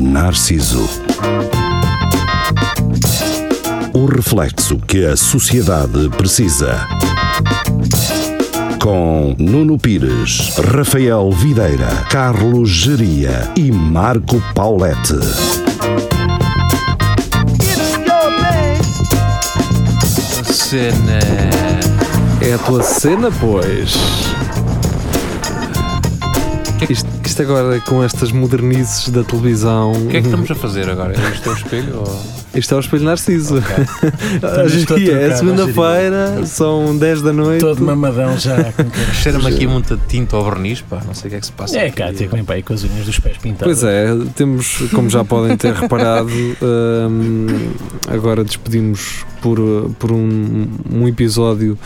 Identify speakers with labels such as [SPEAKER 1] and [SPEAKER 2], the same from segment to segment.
[SPEAKER 1] Narciso. O reflexo que a sociedade precisa. Com Nuno Pires, Rafael Videira, Carlos Geria e Marco Paulette.
[SPEAKER 2] Cena.
[SPEAKER 3] É a tua cena, pois. Isto, que isto agora com estas modernices da televisão.
[SPEAKER 2] O que é que estamos a fazer agora? É isto é o espelho? Ou...
[SPEAKER 3] Isto é o espelho narciso.
[SPEAKER 4] Estamos
[SPEAKER 3] Hoje
[SPEAKER 4] a
[SPEAKER 3] em dia, é
[SPEAKER 4] trocar,
[SPEAKER 3] segunda-feira, são 10 da noite.
[SPEAKER 4] Todo mamadão já. com cara.
[SPEAKER 2] Cheira-me aqui muita tinta ou verniz, pá. Não sei o que é que se passa.
[SPEAKER 4] É, Cátia, que vem para aí com as unhas dos pés pintadas.
[SPEAKER 3] Pois é, temos, como já podem ter reparado, hum, agora despedimos por, por um, um episódio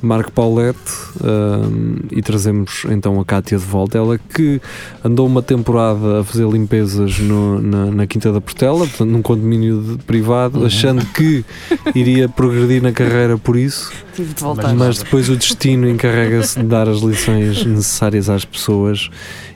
[SPEAKER 3] Marco Paulette hum, e trazemos então a Cátia de volta. Ela que andou uma temporada a fazer limpezas no- na, na Quinta da Portela, portanto, num condomínio de- privado, achando que iria progredir na carreira por isso.
[SPEAKER 5] Tive de voltar.
[SPEAKER 3] Mas depois o destino encarrega-se de dar as lições necessárias às pessoas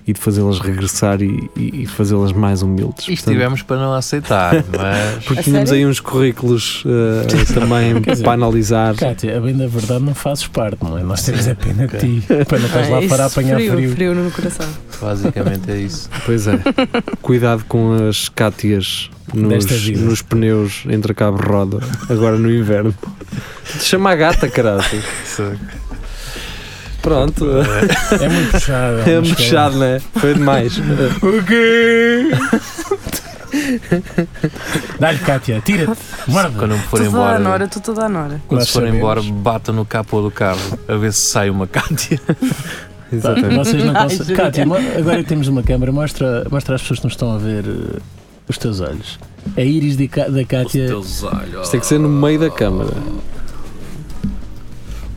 [SPEAKER 3] e de fazê-las regressar e, e- e fazê-las mais humildes.
[SPEAKER 2] E
[SPEAKER 3] Portanto,
[SPEAKER 2] estivemos para não aceitar, mas.
[SPEAKER 3] porque
[SPEAKER 5] A
[SPEAKER 3] tínhamos
[SPEAKER 5] sério?
[SPEAKER 3] aí uns currículos eh, também
[SPEAKER 4] Quer dizer,
[SPEAKER 3] para analisar.
[SPEAKER 4] Cátia, a bem da verdade não fazes parte, não é? Nós temos a pena de ti. Para não estás
[SPEAKER 5] Ah,
[SPEAKER 4] lá
[SPEAKER 3] É
[SPEAKER 5] isso,
[SPEAKER 4] para apanhar
[SPEAKER 5] frio,
[SPEAKER 4] frio.
[SPEAKER 5] frio no coração.
[SPEAKER 2] Basicamente é isso.
[SPEAKER 3] Pois é. Cuidado com as cátias nos,
[SPEAKER 4] Desta vida.
[SPEAKER 3] nos pneus entre cabo e roda, agora no inverno. Chama a gata, caralho. Pronto,
[SPEAKER 4] É muito puxado.
[SPEAKER 3] é
[SPEAKER 4] uma
[SPEAKER 3] mexado, não é? Foi demais.
[SPEAKER 4] escola. O quê? Dá-lhe, Cátia, tira-te. Morde.
[SPEAKER 2] Quando eu me for
[SPEAKER 5] Estou toda a Nora,
[SPEAKER 2] embora,
[SPEAKER 5] estou toda a Nora.
[SPEAKER 2] quando
[SPEAKER 4] Nós
[SPEAKER 2] se for
[SPEAKER 4] sabemos.
[SPEAKER 2] embora, bata no capô do carro a ver se sai uma cátia.
[SPEAKER 4] Tá,
[SPEAKER 3] Exatamente.
[SPEAKER 4] vocês não
[SPEAKER 5] Ai,
[SPEAKER 4] conseguem.
[SPEAKER 5] juro.
[SPEAKER 4] Cátia, mo- agora que temos uma câmera, mostra, mostra às pessoas que não estão a ver eh, os teus olhos. A íris de Cá- da
[SPEAKER 5] é-
[SPEAKER 4] Cátia.
[SPEAKER 3] Isto tem que ser no meio da câmara.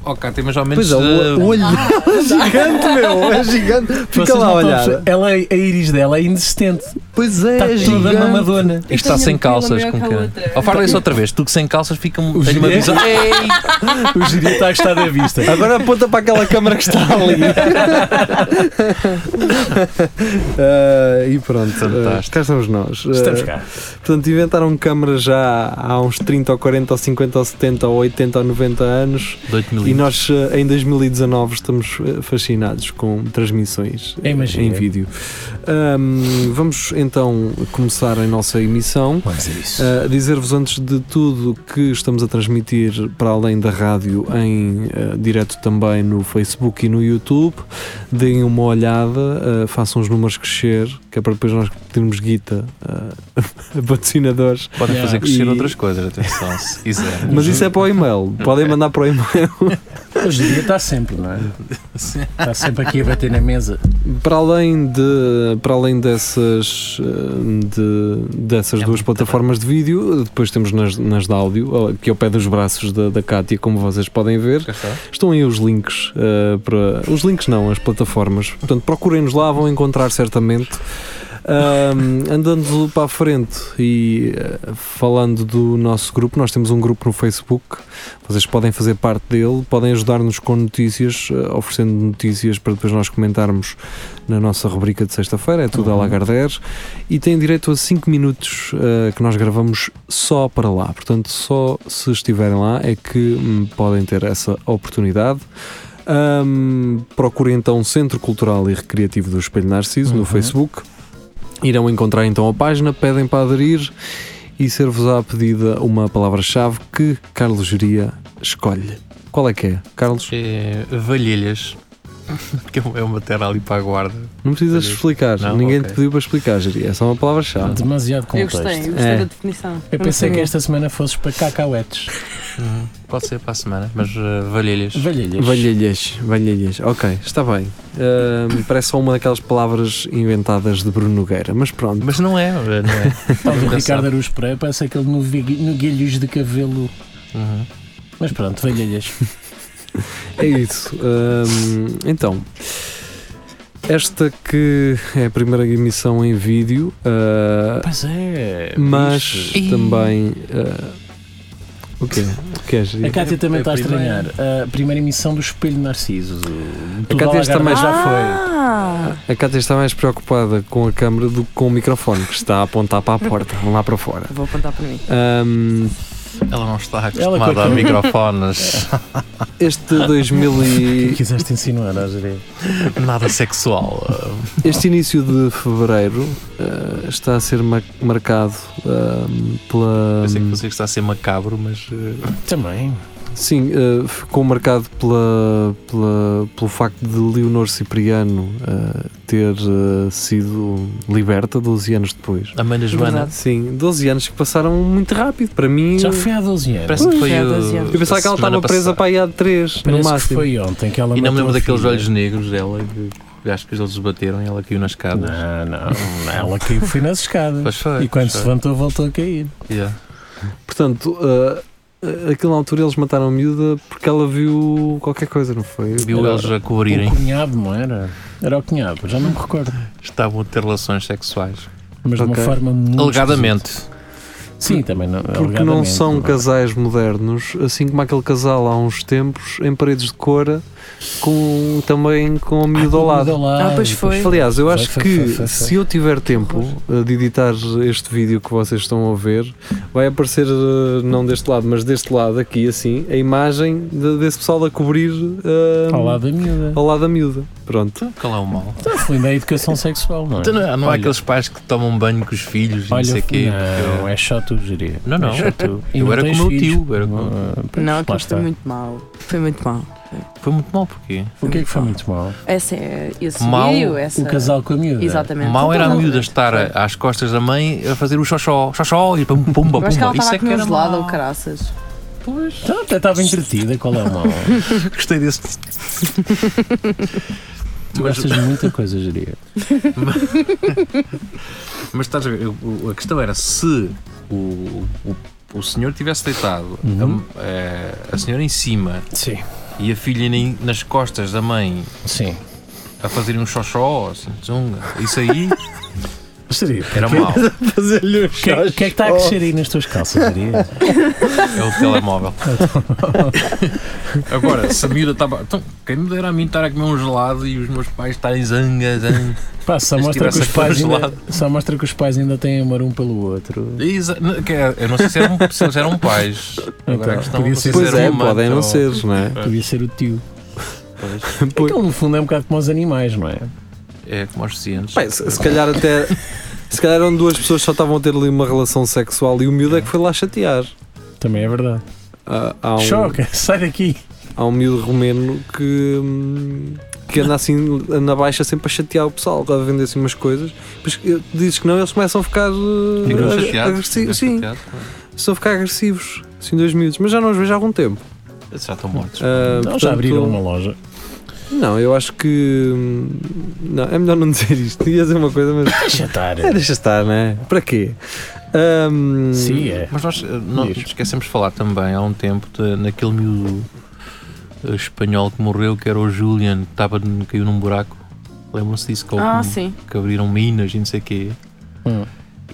[SPEAKER 2] Oh, cátia, mas ao menos. eh,
[SPEAKER 3] Pois é, o o olho dela é gigante, meu, é gigante. Fica
[SPEAKER 4] Vocês
[SPEAKER 3] lá
[SPEAKER 4] não
[SPEAKER 3] a
[SPEAKER 4] estão
[SPEAKER 3] olhar.
[SPEAKER 4] perceber- Ela, é- a Tá íris dela é inexistente.
[SPEAKER 3] Pois é,
[SPEAKER 4] Está
[SPEAKER 3] é
[SPEAKER 4] toda
[SPEAKER 3] gigante.
[SPEAKER 4] mamadona.
[SPEAKER 2] Isto está
[SPEAKER 5] tenho
[SPEAKER 2] sem
[SPEAKER 5] um pelo
[SPEAKER 2] calças,
[SPEAKER 5] maior
[SPEAKER 2] com
[SPEAKER 5] que a
[SPEAKER 2] cara.
[SPEAKER 5] outra.
[SPEAKER 2] Oh, fala isso outra vez. Tu que sem calças fica-me.
[SPEAKER 4] O
[SPEAKER 2] Tenho uma
[SPEAKER 4] Gil-
[SPEAKER 2] visão. Ei!
[SPEAKER 4] O Giri está a gostar da vista.
[SPEAKER 3] Agora aponta para aquela câmara que está ali. Ah, e pronto, ah,
[SPEAKER 2] Fantástico.
[SPEAKER 3] cá estamos nós. Ah,
[SPEAKER 4] Estamos cá.
[SPEAKER 3] Portanto, inventaram câmaras já há uns 30 ou 40 ou 50 ou 70 ou 80 ou 90 anos
[SPEAKER 2] De 8
[SPEAKER 3] e
[SPEAKER 2] milímetros.
[SPEAKER 3] nós ah, em 2019 estamos ah, fascinados com transmissões ah,
[SPEAKER 4] Imagina.
[SPEAKER 3] em vídeo. Ahm, vamos então começar a nossa emissão.
[SPEAKER 4] Vamos a isso.
[SPEAKER 3] Uh, Dizer-vos antes de tudo que estamos a transmitir para além da rádio em uh, direto também no Facebook e no YouTube. Deem uma olhada, uh, façam os números crescer, que é para depois nós pedirmos guita uh, a patrocinadores.
[SPEAKER 2] Podem
[SPEAKER 4] Yeah.
[SPEAKER 2] fazer crescer
[SPEAKER 3] Ah. E-
[SPEAKER 2] outras coisas, atenção, se quiserem.
[SPEAKER 3] Mas isso é para o e-mail, podem mandar para o e-mail.
[SPEAKER 4] O Giri está sempre, não é? Está sempre aqui a bater na mesa.
[SPEAKER 3] Para além, de, para além dessas, eh, de- dessas
[SPEAKER 2] É
[SPEAKER 3] duas
[SPEAKER 2] muito
[SPEAKER 3] plataformas de vídeo, depois temos nas, nas de áudio, que é o pé dos braços da, da Cátia, como vocês podem ver.
[SPEAKER 2] Cá está.
[SPEAKER 3] Estão aí os links eh, para. Os links não, as plataformas. Portanto, procurem-nos lá, vão encontrar certamente. Ahm, andando para a frente e eh, falando do nosso grupo, nós temos um grupo no Facebook, vocês podem fazer parte dele, podem ajudar-nos com notícias, eh, oferecendo notícias para depois nós comentarmos na nossa rubrica de sexta-feira, é
[SPEAKER 2] Tá
[SPEAKER 3] tudo a Lagardère, e têm direito a 5 minutos eh, que nós gravamos só para lá, portanto, só se estiverem lá é que hum, podem ter essa oportunidade. Ahm, procurem então Centro Cultural e Recreativo do Espelho Narciso no
[SPEAKER 4] Uhum.
[SPEAKER 3] Facebook. Irão encontrar então a página, pedem para aderir e ser-vos-á pedida uma palavra-chave que Carlos Geria escolhe. Qual é que é? Carlos,
[SPEAKER 2] É, Valhilhas, que é uma- é uma terra ali para a guarda.
[SPEAKER 3] não precisas explicar,
[SPEAKER 2] Não?
[SPEAKER 3] ninguém
[SPEAKER 2] Ok.
[SPEAKER 3] te pediu para explicar, Geria, é só uma palavra-chave.
[SPEAKER 4] Demasiado
[SPEAKER 5] Eu
[SPEAKER 4] contexto.
[SPEAKER 5] gostei, eu gostei
[SPEAKER 3] É.
[SPEAKER 5] da definição.
[SPEAKER 4] Eu
[SPEAKER 5] não
[SPEAKER 4] pensei que
[SPEAKER 5] sabia.
[SPEAKER 4] esta semana fosses para cacauetes.
[SPEAKER 2] Hum, Pode ser para a semana, mas uh, Valhilhas.
[SPEAKER 4] Valhilhas.
[SPEAKER 3] Valhelhas, valhelhas, ok, está bem. Ahm, parece só uma daquelas palavras inventadas de Bruno Nogueira, mas pronto.
[SPEAKER 2] Mas não é, não é?
[SPEAKER 4] Tal do
[SPEAKER 2] Nunca
[SPEAKER 4] Ricardo
[SPEAKER 2] sabe.
[SPEAKER 4] Aruz Pereira, parece aquele no noguilhos de cabelo.
[SPEAKER 2] Uhum.
[SPEAKER 4] Mas pronto, valhilhas.
[SPEAKER 3] É isso. Hum, então, esta que é a primeira emissão em vídeo, uh,
[SPEAKER 4] Pois é.
[SPEAKER 3] mas
[SPEAKER 4] bicho.
[SPEAKER 3] também uh, O quê? O que é
[SPEAKER 4] A
[SPEAKER 3] geria?
[SPEAKER 4] Cátia
[SPEAKER 2] É
[SPEAKER 4] também
[SPEAKER 2] a
[SPEAKER 4] está a
[SPEAKER 2] primeira.
[SPEAKER 4] estranhar. A primeira emissão do Espelho de Narciso. do- do
[SPEAKER 3] A Cátia este
[SPEAKER 4] Algarve.
[SPEAKER 3] também já foi.
[SPEAKER 5] Ah,
[SPEAKER 3] A Cátia está mais preocupada com a câmara do que com o microfone, que está a apontar para a porta, lá para fora.
[SPEAKER 5] vou apontar para mim.
[SPEAKER 3] Ahm,
[SPEAKER 2] Ela não está
[SPEAKER 4] Ela com
[SPEAKER 2] acostumada a
[SPEAKER 4] aquilo.
[SPEAKER 2] microfones,
[SPEAKER 3] este 2000
[SPEAKER 4] O que
[SPEAKER 3] e,
[SPEAKER 4] quiseste insinuar, Angeria?
[SPEAKER 2] nada sexual. Uh,
[SPEAKER 3] Este início de fevereiro eh, está a ser ma- marcado ahm, pela. hum,
[SPEAKER 2] Eu sei que você está a ser macabro, mas uh,
[SPEAKER 4] Também.
[SPEAKER 3] Sim, eh, ficou marcado pela, pela- pelo facto de Leonor Cipriano eh, ter eh, sido liberta 12 anos depois.
[SPEAKER 2] a Mana Joana
[SPEAKER 5] Verdade.
[SPEAKER 3] Sim, 12 anos que passaram muito rápido. Para mim,
[SPEAKER 4] Já foi há 12 anos.
[SPEAKER 2] parece que
[SPEAKER 5] Ui,
[SPEAKER 2] foi.
[SPEAKER 5] já há
[SPEAKER 2] uh,
[SPEAKER 5] 12 anos.
[SPEAKER 3] eu pensava
[SPEAKER 2] a
[SPEAKER 3] que ela
[SPEAKER 2] semana
[SPEAKER 3] estava presa
[SPEAKER 2] passada.
[SPEAKER 3] para aí há 3 no
[SPEAKER 4] Parece que
[SPEAKER 3] máximo.
[SPEAKER 4] foi ontem que ela
[SPEAKER 2] E não me
[SPEAKER 4] matou
[SPEAKER 2] lembro
[SPEAKER 4] a
[SPEAKER 2] daqueles
[SPEAKER 4] filha.
[SPEAKER 2] olhos negros dela, que acho que eles bateram e ela caiu nas escadas.
[SPEAKER 4] Não, não. Ela caiu foi nas escadas.
[SPEAKER 2] Pois foi,
[SPEAKER 4] E quando
[SPEAKER 2] pois
[SPEAKER 4] se
[SPEAKER 2] foi.
[SPEAKER 4] levantou, voltou a cair.
[SPEAKER 2] Yeah.
[SPEAKER 3] Portanto, eh, eh, aquilo na altura eles mataram a miúda porque ela viu qualquer coisa, não foi?
[SPEAKER 2] Viu
[SPEAKER 4] Era-
[SPEAKER 2] eles a
[SPEAKER 4] O
[SPEAKER 2] cobrirem,
[SPEAKER 4] cunhado, não era? Era o cunhado, já não me recordo.
[SPEAKER 2] estavam a ter relações sexuais.
[SPEAKER 4] Mas de
[SPEAKER 3] Ok.
[SPEAKER 4] uma forma muito.
[SPEAKER 2] Alegadamente.
[SPEAKER 4] esquisita. Sim, também não.
[SPEAKER 3] Porque não
[SPEAKER 4] alegadamente,
[SPEAKER 3] são um
[SPEAKER 4] não é?
[SPEAKER 3] casais modernos, assim como aquele casal há uns tempos, em paredes de cora, com, também com a
[SPEAKER 4] Ah,
[SPEAKER 3] miúda ao
[SPEAKER 4] do
[SPEAKER 3] lado.
[SPEAKER 4] lado,
[SPEAKER 5] Ah, pois foi.
[SPEAKER 3] Aliás, eu acho
[SPEAKER 4] Foi, foi, foi,
[SPEAKER 3] que
[SPEAKER 4] foi, foi.
[SPEAKER 3] se eu tiver tempo eh, de editar este vídeo que vocês estão a ver, vai aparecer, eh, não deste lado, mas deste lado aqui, assim, a imagem de- desse pessoal a cobrir eh,
[SPEAKER 4] Ao lado da miúda.
[SPEAKER 3] ao lado da miúda. Pronto.
[SPEAKER 2] Então, Qual é o mal?
[SPEAKER 4] Então
[SPEAKER 3] Oh.
[SPEAKER 4] foi na educação sexual, não é?
[SPEAKER 2] Então, não, não há
[SPEAKER 4] Olha.
[SPEAKER 2] aqueles pais que tomam banho com os filhos e não
[SPEAKER 4] Olha,
[SPEAKER 2] sei o quê.
[SPEAKER 4] não, é só tu, geria.
[SPEAKER 2] Não, não.
[SPEAKER 4] É só tu. E
[SPEAKER 2] Eu
[SPEAKER 4] não
[SPEAKER 2] era
[SPEAKER 4] tens
[SPEAKER 2] como o
[SPEAKER 4] filhos.
[SPEAKER 2] tio, era como-
[SPEAKER 4] Ah, pois,
[SPEAKER 5] Não,
[SPEAKER 4] lá
[SPEAKER 5] aquilo
[SPEAKER 4] está.
[SPEAKER 5] foi muito mal. Foi muito mal.
[SPEAKER 2] Foi muito mal, porquê?
[SPEAKER 4] O que é que foi muito mal?
[SPEAKER 5] Essa é. Esse
[SPEAKER 2] Mal,
[SPEAKER 5] vídeo, essa.
[SPEAKER 4] O casal com a miúda.
[SPEAKER 5] Exatamente. Então tá
[SPEAKER 2] Mal era a
[SPEAKER 5] Totalmente.
[SPEAKER 2] miúda estar a- às costas da mãe a fazer o xoxó, xoxó e pum, pumba,
[SPEAKER 5] Eu acho que
[SPEAKER 2] pumba. é
[SPEAKER 5] ela estava a comer gelado
[SPEAKER 2] mau.
[SPEAKER 5] ou caraças.
[SPEAKER 4] Então, até estava entretida, qual é o mal?
[SPEAKER 2] Gostei desse.
[SPEAKER 4] tu
[SPEAKER 2] Mas-
[SPEAKER 4] gostas de muita coisa, geria.
[SPEAKER 2] Mas estás a ver, eu- o- a questão era se o, o, o senhor tivesse deitado a-
[SPEAKER 4] Uhum.
[SPEAKER 2] eh, a, senhora em cima
[SPEAKER 4] Sim.
[SPEAKER 2] e a filha nem- nas costas da mãe
[SPEAKER 4] Sim.
[SPEAKER 2] a fazer um xoxó, assim, zunga, isso aí
[SPEAKER 4] Seria.
[SPEAKER 2] era mau.
[SPEAKER 3] Fazer-lhe
[SPEAKER 4] O que, é que está a crescer aí nas tuas calças, geria?
[SPEAKER 2] É o telemóvel. Agora, se a miúda estava. Então, quem me dera a mim estar a comer um gelado e os meus pais estarem zanga, zanga.
[SPEAKER 4] Pá, só
[SPEAKER 2] Mas
[SPEAKER 4] mostra, que
[SPEAKER 2] tivesse
[SPEAKER 4] os pais
[SPEAKER 2] aquele
[SPEAKER 4] ainda, só mostra que os pais ainda têm amor um pelo outro.
[SPEAKER 2] Exa- não, que é- Eu não sei se eram, se eles eram pais. Agora a
[SPEAKER 4] Então,
[SPEAKER 2] questão
[SPEAKER 4] podia
[SPEAKER 2] não
[SPEAKER 4] ser-
[SPEAKER 2] sei se
[SPEAKER 3] Pois
[SPEAKER 2] era
[SPEAKER 3] é,
[SPEAKER 2] uma
[SPEAKER 3] podem
[SPEAKER 2] amante
[SPEAKER 3] não
[SPEAKER 2] ou-
[SPEAKER 3] ser, não é?
[SPEAKER 4] Podia ser o tio.
[SPEAKER 2] Pois,
[SPEAKER 3] Pois.
[SPEAKER 4] Aquilo no fundo é um bocado como os animais, não é?
[SPEAKER 2] É como aos cientes.
[SPEAKER 3] Bem, se, se calhar até. Se calhar eram duas pessoas que só estavam a ter ali uma relação sexual e o miúdo é que foi lá chatear.
[SPEAKER 4] Também é verdade.
[SPEAKER 3] Há, há um,
[SPEAKER 4] Choca, sai daqui.
[SPEAKER 3] há um miúdo romeno que. hum, que anda assim, anda baixa sempre a chatear o pessoal, a vender assim umas coisas. Depois que- dizes que não, eles começam a ficar. uh,
[SPEAKER 2] Ficam chateados.
[SPEAKER 3] ag-
[SPEAKER 2] ficam
[SPEAKER 3] agressivos. Sim,
[SPEAKER 2] chateados,
[SPEAKER 3] começam a ficar agressivos. Assim, dois miúdos. Mas já não os vejo há algum tempo.
[SPEAKER 2] pá. Já estão mortos.
[SPEAKER 3] Ah,
[SPEAKER 4] Então já
[SPEAKER 3] portanto,
[SPEAKER 4] abriram uma loja.
[SPEAKER 3] Não, eu acho que. hum, Não, é melhor não dizer isto. Ia dizer uma coisa, mas.
[SPEAKER 4] Deixa estar.
[SPEAKER 3] É, deixa estar, não é? Para quê? Hum,
[SPEAKER 4] Sim, é.
[SPEAKER 2] Mas nós eh, não,
[SPEAKER 4] Diz.
[SPEAKER 2] esquecemos de falar também há um tempo de- naquele miúdo eh, espanhol que morreu, que era o Julian, que estava, caiu num buraco. Lembram-se disso? Que,
[SPEAKER 5] Ah,
[SPEAKER 2] houve um-
[SPEAKER 5] sim.
[SPEAKER 2] que abriram minas e não sei o quê.
[SPEAKER 4] Hum.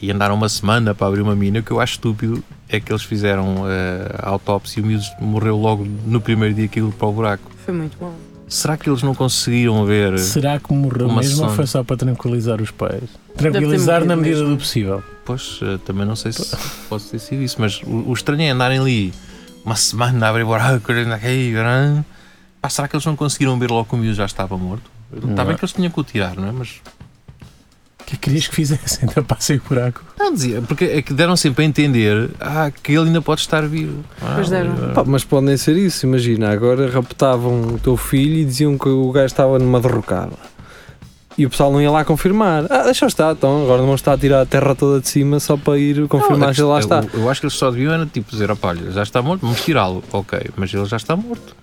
[SPEAKER 2] e andaram uma semana para abrir uma mina. O que eu acho estúpido é que eles fizeram eh, a autópsia e o miúdo morreu logo no primeiro dia que ele para o buraco.
[SPEAKER 5] Foi muito mal.
[SPEAKER 2] Será que eles não conseguiram ver?
[SPEAKER 4] Será que morreu
[SPEAKER 2] É. Uma
[SPEAKER 4] mesmo ou
[SPEAKER 2] sonda.
[SPEAKER 4] foi só para tranquilizar os pais? Tranquilizar na
[SPEAKER 5] morrido
[SPEAKER 4] medida
[SPEAKER 5] mesmo.
[SPEAKER 4] do possível.
[SPEAKER 2] Pois, eh, também não sei se pode ter sido isso, mas o, o estranho é andarem ali uma semana a abrir buraco, ainda aqui, brã. né? Pá, será que eles não conseguiram ver logo que o miúdo já estava morto? Está
[SPEAKER 4] Não.
[SPEAKER 2] Tá bem que eles tinham que o tirar, não é? Mas
[SPEAKER 4] O que é que querias que fizessem? Ainda passei o buraco.
[SPEAKER 2] não dizia, porque é que deram sempre a entender ah, que ele ainda pode estar vivo. Ah,
[SPEAKER 5] Pois deram.
[SPEAKER 2] eh,
[SPEAKER 3] Pá, mas pode nem ser isso, imagina. Agora raptavam o teu filho e diziam que o gajo estava numa derrocada. E o pessoal não ia lá confirmar. Ah, deixa estar, então. Agora não está a tirar a terra toda de cima só para ir confirmar se ele lá está.
[SPEAKER 2] é, Eu, eu acho que eles só deviam era tipo dizer, opá, olha, já está morto, vamos tirá-lo. Ok, mas ele já está morto.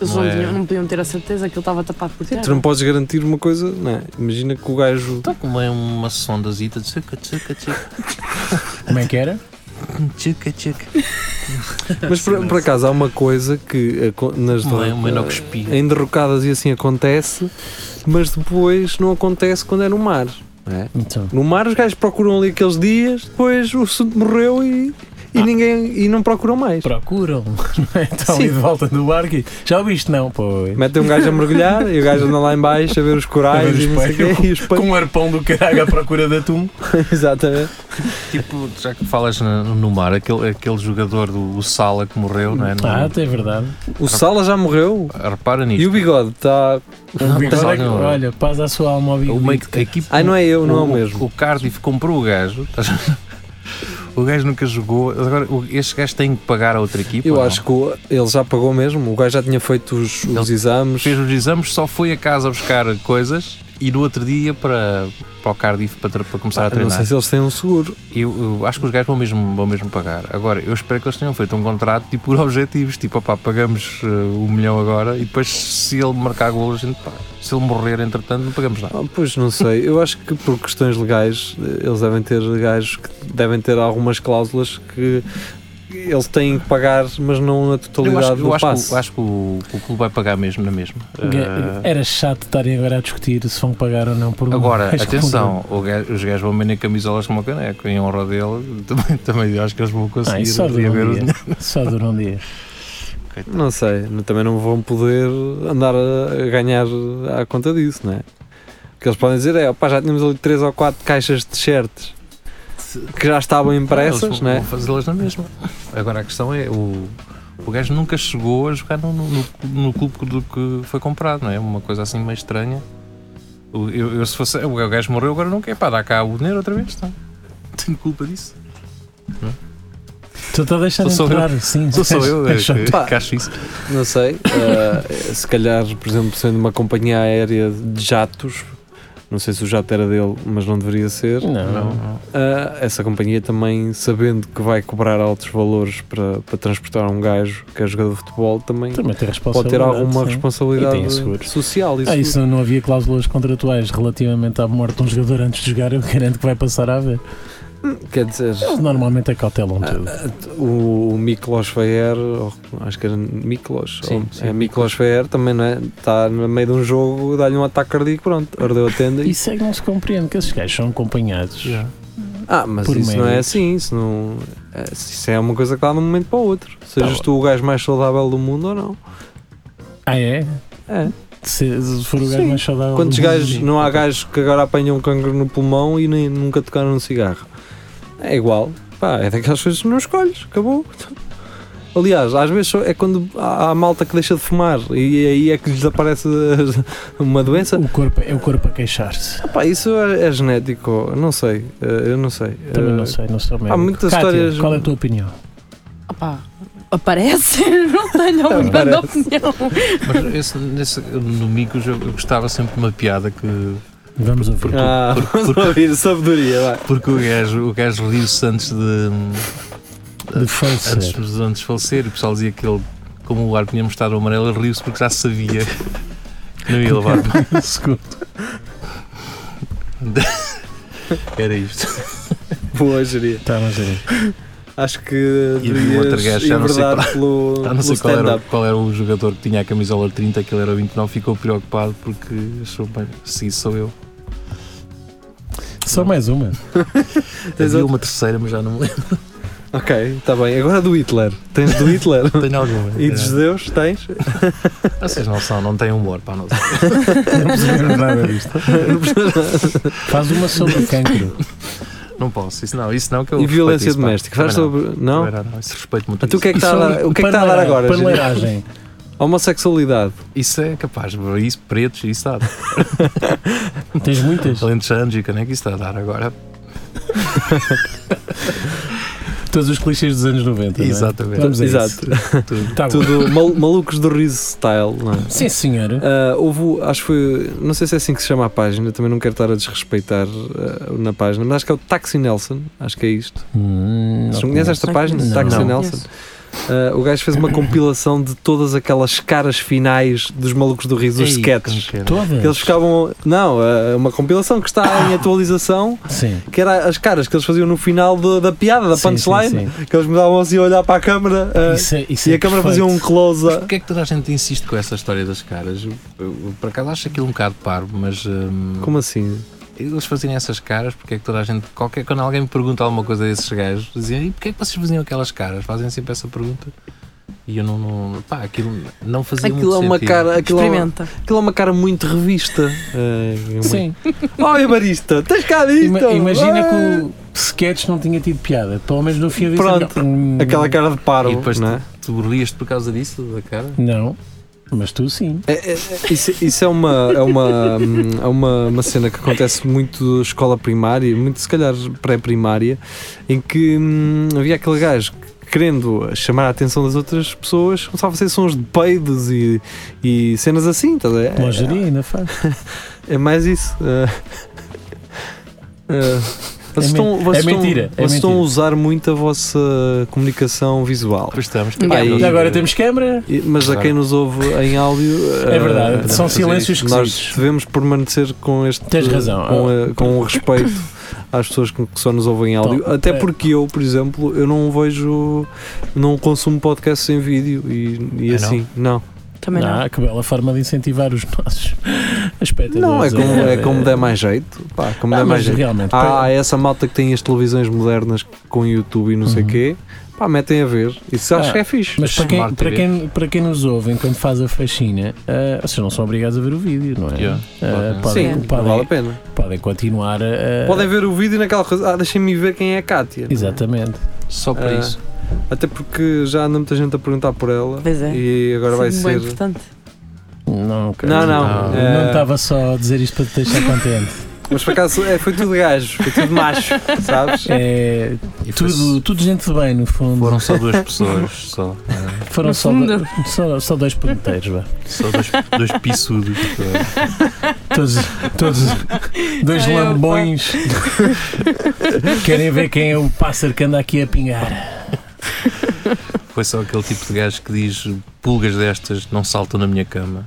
[SPEAKER 5] Eles
[SPEAKER 2] Não
[SPEAKER 5] não,
[SPEAKER 2] é-
[SPEAKER 5] tinham- não podiam ter a certeza que ele estava tapado por
[SPEAKER 3] Sim,
[SPEAKER 5] terra.
[SPEAKER 3] tu não podes garantir uma coisa, não é? Imagina que o gajo.
[SPEAKER 2] Então como é uma sondazita de tchuca, tchuca, tchuca,
[SPEAKER 4] Como é que era?
[SPEAKER 2] tchuca, tchuca.
[SPEAKER 3] Mas por, por acaso há uma coisa que aco- nas
[SPEAKER 2] Uma-
[SPEAKER 3] derro-
[SPEAKER 2] é uma endoscopia.
[SPEAKER 3] em derrocadas e assim acontece, mas depois não acontece quando é no mar.
[SPEAKER 4] Então.
[SPEAKER 3] No mar os gajos procuram ali aqueles dias, depois o assunto morreu e,
[SPEAKER 2] Ah.
[SPEAKER 3] e ninguém e não procuram mais.
[SPEAKER 4] Procuram. Estão
[SPEAKER 3] Sim.
[SPEAKER 4] ali de volta do barco e. Já ouviste? Não, pois.
[SPEAKER 3] Metem um gajo a mergulhar e o gajo anda lá em baixo a ver os
[SPEAKER 4] A
[SPEAKER 3] corais
[SPEAKER 4] ver
[SPEAKER 3] e
[SPEAKER 4] os
[SPEAKER 3] não sei o
[SPEAKER 4] peixes.
[SPEAKER 3] quê, e os
[SPEAKER 4] Com
[SPEAKER 3] peixes.
[SPEAKER 4] um arpão do caralho à procura de atum.
[SPEAKER 3] Exatamente.
[SPEAKER 2] Tipo, já que falas na- no mar, aquele, aquele jogador do o Sala que morreu, não é? No-
[SPEAKER 4] Ah, é verdade.
[SPEAKER 3] O Sala já morreu
[SPEAKER 2] Repara nisto.
[SPEAKER 3] e o bigode está.
[SPEAKER 4] O bigode
[SPEAKER 2] tá-
[SPEAKER 4] é que- olha, paz à sua alma ao
[SPEAKER 2] O
[SPEAKER 4] bigode.
[SPEAKER 2] meio que- a equipe-
[SPEAKER 3] Ai, não é eu, não é o mesmo.
[SPEAKER 2] O Cardiff comprou o gajo. estás a ver? O gajo nunca jogou. Agora, o- este gajo tem que pagar a outra equipa.
[SPEAKER 3] Eu
[SPEAKER 2] não?
[SPEAKER 3] acho que o- ele já pagou mesmo. O gajo já tinha feito os, os
[SPEAKER 2] Ele
[SPEAKER 3] exames.
[SPEAKER 2] Fez os exames, só foi a casa buscar coisas e no outro dia para, para o Cardiff para, tra- para começar a
[SPEAKER 3] não
[SPEAKER 2] treinar.
[SPEAKER 3] sei se eles têm um seguro.
[SPEAKER 2] Eu, eu acho que os gajos vão mesmo, vão mesmo pagar. Agora, eu espero que eles tenham feito um contrato tipo por objetivos, tipo, opá, pagamos eh, um milhão agora e depois se ele marcar golos, a gente paga. Se ele morrer, entretanto, não pagamos nada.
[SPEAKER 3] Ah, pois não sei. Eu acho que por questões legais eh, eles devem ter gajos que devem ter algumas cláusulas que eles têm que pagar, mas não a
[SPEAKER 2] Eu acho,
[SPEAKER 3] totalidade
[SPEAKER 2] que- eu
[SPEAKER 3] do
[SPEAKER 2] acho
[SPEAKER 3] passe.
[SPEAKER 2] que, o- acho que o, que o clube vai pagar mesmo, na mesma.
[SPEAKER 4] É Ga-
[SPEAKER 2] Eh,
[SPEAKER 4] Era chato estarem agora a discutir se vão pagar ou não por um
[SPEAKER 2] Agora,
[SPEAKER 4] gajo que
[SPEAKER 2] atenção, o ga- os gajos vão vender camisolas como o caneco, em honra dele, também, também acho que eles vão
[SPEAKER 4] comprou.
[SPEAKER 2] conseguir
[SPEAKER 4] Ah, isso só
[SPEAKER 2] e
[SPEAKER 4] dura
[SPEAKER 2] ver o
[SPEAKER 4] um dia.
[SPEAKER 2] dinheiro.
[SPEAKER 4] Só dura um dia.
[SPEAKER 3] Não sei, não- também não vão poder andar a a ganhar à conta disso, não é? O que eles podem dizer é, opá, já tínhamos ali 3 ou 4 caixas de t-shirts que já estavam
[SPEAKER 2] Eles vão,
[SPEAKER 3] impressas, não é?
[SPEAKER 2] vão fazê-las na mesma. Agora a questão é, o, o gajo nunca chegou a jogar no, no, no clube do que foi comprado, não é? Uma coisa assim meio estranha. O- Eu, eu se fosse, o gajo morreu, agora não quer, pá, dá cá o dinheiro outra vez, tá? não. Tenho culpa disso.
[SPEAKER 4] Tu estás a deixar
[SPEAKER 2] Sou só
[SPEAKER 4] entrar, sim.
[SPEAKER 2] Sou só eu
[SPEAKER 4] é
[SPEAKER 2] é,
[SPEAKER 4] chato.
[SPEAKER 2] que, que acho isso.
[SPEAKER 3] Não sei, eh, se calhar, por exemplo, sendo uma companhia aérea de jatos, não sei se o jato era dele, mas não deveria ser.
[SPEAKER 4] Não,
[SPEAKER 2] Não,
[SPEAKER 4] não.
[SPEAKER 2] não.
[SPEAKER 3] Ah, essa companhia também, sabendo que vai cobrar altos valores para, para transportar um gajo que é jogador de futebol, também
[SPEAKER 4] Também
[SPEAKER 3] pode
[SPEAKER 4] tem responsabilidade.
[SPEAKER 3] ter alguma
[SPEAKER 4] sim. E tem
[SPEAKER 3] responsabilidade
[SPEAKER 4] seguro.
[SPEAKER 3] social. Isso,
[SPEAKER 4] Ah, isso não, não havia cláusulas contratuais relativamente à morte de um jogador antes de jogar, eu garanto que vai passar a haver.
[SPEAKER 3] quer dizer,
[SPEAKER 4] Eles normalmente acautelam tudo.
[SPEAKER 2] Ah,
[SPEAKER 3] o, o Miklos Feyer, ou- acho que era Miklos,
[SPEAKER 2] Sim,
[SPEAKER 3] ou-
[SPEAKER 2] sim,
[SPEAKER 3] é Miklos Feyer também, não é? Está no meio de um jogo, dá-lhe um ataque cardíaco, pronto, ardeu a tenda. E,
[SPEAKER 4] Isso é que não se compreende, que esses gajos são acompanhados.
[SPEAKER 2] Yeah.
[SPEAKER 3] ah, mas
[SPEAKER 4] por
[SPEAKER 3] isso não é
[SPEAKER 4] méritos.
[SPEAKER 3] assim, isso não. é- Isso é uma coisa que dá de um momento para o outro. Sejas
[SPEAKER 4] Tá
[SPEAKER 3] tu o gajo mais saudável do mundo ou não.
[SPEAKER 4] Ah, é?
[SPEAKER 3] É.
[SPEAKER 4] Se, se for o gajo
[SPEAKER 3] Sim.
[SPEAKER 4] mais saudável.
[SPEAKER 3] Quantos
[SPEAKER 4] do mundo,
[SPEAKER 3] gajos,
[SPEAKER 4] sim.
[SPEAKER 3] não há gajos que agora apanham um cancro no pulmão e nem, nunca tocaram um cigarro? É igual, pá, é daquelas coisas que não escolhes, acabou. Aliás, às vezes só- é quando há, há malta que deixa de fumar e aí é que lhes aparece as- uma doença.
[SPEAKER 4] O corpo, é o corpo a queixar-se.
[SPEAKER 3] Pá, isso é, é genético, não sei, eh, eu não sei.
[SPEAKER 4] Também
[SPEAKER 3] Eh,
[SPEAKER 4] não sei, não sou médico.
[SPEAKER 3] muitas
[SPEAKER 4] Cátia,
[SPEAKER 3] histórias-
[SPEAKER 4] Qual é a tua opinião?
[SPEAKER 5] Opa, aparece? Não tenho uma grande
[SPEAKER 3] Aparece.
[SPEAKER 5] opinião.
[SPEAKER 2] Mas esse, nesse, no Micos eu eu gostava sempre de uma piada que.
[SPEAKER 4] Vamos ouvir.
[SPEAKER 3] Ah, vamos ouvir sabedoria, vai.
[SPEAKER 2] Porque o gajo, o gajo riu-se antes de.
[SPEAKER 4] De falecer.
[SPEAKER 2] Antes, de- antes de falecer. O pessoal dizia que ele, como o ar tinha mostrado amarelo, ele riu-se porque já sabia que não ia levar um segundo. Era
[SPEAKER 3] Um
[SPEAKER 2] isto.
[SPEAKER 3] Boa, geria.
[SPEAKER 4] Tá, mas é.
[SPEAKER 3] Acho que
[SPEAKER 2] E havia um outro
[SPEAKER 3] devias
[SPEAKER 2] gajo, já não sei
[SPEAKER 3] enverdar
[SPEAKER 2] qual-
[SPEAKER 3] pelo,
[SPEAKER 2] Ah, não
[SPEAKER 3] pelo
[SPEAKER 2] sei qual era,
[SPEAKER 3] um stand-up.
[SPEAKER 2] qual era o jogador que tinha a camisola 30, aquele era o 29, ficou preocupado porque achou bem. Se isso sou eu.
[SPEAKER 4] Só mais uma.
[SPEAKER 3] Tens
[SPEAKER 2] Havia
[SPEAKER 3] outro?
[SPEAKER 2] uma terceira, mas já não me lembro.
[SPEAKER 3] Ok, está bem. Agora do Hitler. Tens do Hitler?
[SPEAKER 2] Tenho alguma.
[SPEAKER 3] E dos judeus tens?
[SPEAKER 2] Vocês não são, não têm humor, pá, não sei.
[SPEAKER 4] Não percebemos nada disto. Faz uma sobre o cancro.
[SPEAKER 2] Não posso, isso não, isso não que eu.
[SPEAKER 3] E
[SPEAKER 2] respeito
[SPEAKER 3] violência
[SPEAKER 2] isso, pá.
[SPEAKER 3] doméstica? Faz
[SPEAKER 2] Também não.
[SPEAKER 3] sobre. Não?
[SPEAKER 2] Não, não, isso respeito muito.
[SPEAKER 3] Ah, tu o
[SPEAKER 2] isso.
[SPEAKER 3] que é que está a dar, o que é que está a dar agora? Gil?
[SPEAKER 4] Paneleiragem.
[SPEAKER 3] Homossexualidade.
[SPEAKER 2] Isso é capaz, bro. isso pretos, isso está a dar.
[SPEAKER 4] Tens muitas.
[SPEAKER 2] Alentejanos e caneco, isso está a dar agora.
[SPEAKER 4] Todos os clichês dos anos 90. não é?
[SPEAKER 2] Exatamente.
[SPEAKER 4] Vamos a isso.
[SPEAKER 3] Exato.
[SPEAKER 2] Tudo.
[SPEAKER 4] Tá bom.
[SPEAKER 3] Tudo mal- malucos do riso style. Não é?
[SPEAKER 4] Sim, senhor.
[SPEAKER 3] Ah, houve, o- acho que foi, não sei se é assim que se chama a página, também não quero estar a desrespeitar ah, na página, mas acho que é o Taxi Nelson, acho que é isto.
[SPEAKER 4] Hum,
[SPEAKER 3] Vocês não conhecem esta página?
[SPEAKER 4] Não.
[SPEAKER 3] Taxi
[SPEAKER 4] Não.
[SPEAKER 3] Nelson? Ah, o gajo fez uma compilação de todas aquelas caras finais dos malucos do riso, os
[SPEAKER 2] Ei,
[SPEAKER 3] sketches.
[SPEAKER 2] como que era?
[SPEAKER 4] Todas?
[SPEAKER 3] Que eles ficavam. Não, é uma compilação que está em atualização,
[SPEAKER 4] Sim.
[SPEAKER 3] que era as caras que eles faziam no final do- da piada, da
[SPEAKER 4] Sim,
[SPEAKER 3] punchline,
[SPEAKER 4] sim,
[SPEAKER 3] que eles mudavam assim a olhar para a câmara ah,
[SPEAKER 4] Isso é- isso
[SPEAKER 3] e
[SPEAKER 4] é
[SPEAKER 3] a câmara
[SPEAKER 4] perfeito.
[SPEAKER 3] fazia um close.
[SPEAKER 2] Mas
[SPEAKER 3] a-
[SPEAKER 2] porquê é que toda a gente insiste com essa história das caras? Eu, eu, por acaso acho aquilo um bocado parvo, mas. hum,
[SPEAKER 3] Como assim?
[SPEAKER 2] eles fazerem essas caras, porque é que toda a gente, qualquer, quando alguém me pergunta alguma coisa desses gajos, dizem, e porquê é que vocês faziam aquelas caras? Fazem sempre essa pergunta. E eu não, não pá, aquilo não fazia
[SPEAKER 3] Aquilo é
[SPEAKER 2] muito
[SPEAKER 3] uma
[SPEAKER 2] sentido.
[SPEAKER 4] Tipo,
[SPEAKER 3] cara, aquilo é uma,
[SPEAKER 5] Experimenta.
[SPEAKER 3] aquilo é uma cara muito revista. É, é muito-
[SPEAKER 4] Sim.
[SPEAKER 3] Oh, Evaristo, tens cá
[SPEAKER 4] Eh, Ima-
[SPEAKER 3] disto!
[SPEAKER 4] imagina
[SPEAKER 3] Ah!
[SPEAKER 4] que o sketch não tinha tido piada. Pelo menos no fim eu disse, assim, "Hum,
[SPEAKER 3] Pronto.
[SPEAKER 4] "Não,
[SPEAKER 3] Aquela cara de paro,
[SPEAKER 2] E depois
[SPEAKER 3] não é?
[SPEAKER 2] Tu rias por causa disso, da cara?
[SPEAKER 4] Não, mas tu sim.
[SPEAKER 3] É- é- é- isso, isso é, uma, é, uma, hum, é uma, uma cena que acontece muito na escola primária, muito se calhar pré-primária, em que hum, havia aquele gajo que, querendo chamar a atenção das outras pessoas, começava a fazer sons de peidos e, e cenas assim, estás a ver? É-
[SPEAKER 4] Lingerie ainda faz.
[SPEAKER 3] É mais isso. eh. Eh,
[SPEAKER 4] É
[SPEAKER 3] vocês estão,
[SPEAKER 4] men-
[SPEAKER 3] vocês
[SPEAKER 4] é
[SPEAKER 3] estão-
[SPEAKER 4] mentira, é
[SPEAKER 3] vocês estão a
[SPEAKER 4] mentira.
[SPEAKER 3] usar muito a vossa comunicação visual.
[SPEAKER 2] Depois estamos.
[SPEAKER 5] Pá,
[SPEAKER 2] temos-
[SPEAKER 4] E agora temos câmara.
[SPEAKER 3] E- Mas a
[SPEAKER 2] Claro.
[SPEAKER 3] quem nos ouve em áudio.
[SPEAKER 4] É verdade,
[SPEAKER 3] eh,
[SPEAKER 4] são
[SPEAKER 2] fazer
[SPEAKER 4] silêncios
[SPEAKER 3] Nós
[SPEAKER 4] esquisitos.
[SPEAKER 3] devemos permanecer com este.
[SPEAKER 4] Tens razão.
[SPEAKER 3] Com, eh, com o respeito às pessoas que que só nos ouvem em áudio.
[SPEAKER 4] Então,
[SPEAKER 3] Até
[SPEAKER 4] eh,
[SPEAKER 3] porque eu, por exemplo, eu não vejo. Não consumo podcasts em vídeo e, e
[SPEAKER 2] Ah, não?
[SPEAKER 3] assim. Não.
[SPEAKER 5] Também não.
[SPEAKER 4] Ah, que bela forma de incentivar os nossos espectadores.
[SPEAKER 3] Não, é como, é
[SPEAKER 4] a-
[SPEAKER 3] como der mais jeito. Pá, como
[SPEAKER 4] Ah,
[SPEAKER 3] der mais
[SPEAKER 4] mas
[SPEAKER 3] jeito. é.
[SPEAKER 4] realmente.
[SPEAKER 3] Há essa malta que tem as televisões modernas com YouTube e não sei o
[SPEAKER 4] Uhum.
[SPEAKER 3] quê. Pá, metem a ver. Isso acho
[SPEAKER 4] Ah,
[SPEAKER 3] que é fixe.
[SPEAKER 4] Mas para quem,
[SPEAKER 2] Smart
[SPEAKER 4] para,
[SPEAKER 2] TV.
[SPEAKER 4] quem, para quem nos ouve enquanto faz a faxina, ah, vocês não são obrigados a ver o vídeo, não é?
[SPEAKER 2] Yeah.
[SPEAKER 4] Ah,
[SPEAKER 2] Sim.
[SPEAKER 4] podem,
[SPEAKER 5] Sim.
[SPEAKER 4] podem-
[SPEAKER 3] vale a pena.
[SPEAKER 4] podem continuar a.
[SPEAKER 3] Podem ver o vídeo e naquela coisa. Ah, deixem-me ver quem é a Kátia.
[SPEAKER 4] Exatamente.
[SPEAKER 2] Só para
[SPEAKER 3] Ah,
[SPEAKER 2] isso.
[SPEAKER 3] Até porque já anda muita gente a perguntar por ela.
[SPEAKER 5] Pois é.
[SPEAKER 3] E agora vai
[SPEAKER 5] Isso é bem
[SPEAKER 3] ser.
[SPEAKER 5] importante.
[SPEAKER 4] Não, quero
[SPEAKER 3] Não,
[SPEAKER 4] dizer.
[SPEAKER 3] não.
[SPEAKER 2] Não.
[SPEAKER 3] eh,
[SPEAKER 4] Ah. Não estava só a dizer isto para te deixar contente.
[SPEAKER 3] Mas por acaso é, foi tudo gajo, foi tudo macho, sabes?
[SPEAKER 4] É,
[SPEAKER 2] E foi-
[SPEAKER 4] tudo, tudo gente de bem, no fundo.
[SPEAKER 2] Foram só duas pessoas, só.
[SPEAKER 4] Foram
[SPEAKER 5] No
[SPEAKER 4] só,
[SPEAKER 5] fundo.
[SPEAKER 4] do- só, só dois ponteiros, vá.
[SPEAKER 2] Só dois, dois pissudos.
[SPEAKER 4] Todos, todos dois
[SPEAKER 5] Ai,
[SPEAKER 4] lambões. Querem ver quem é o pássaro que anda aqui a pingar.
[SPEAKER 2] Foi só aquele tipo de gajo que diz pulgas destas não saltam na minha cama.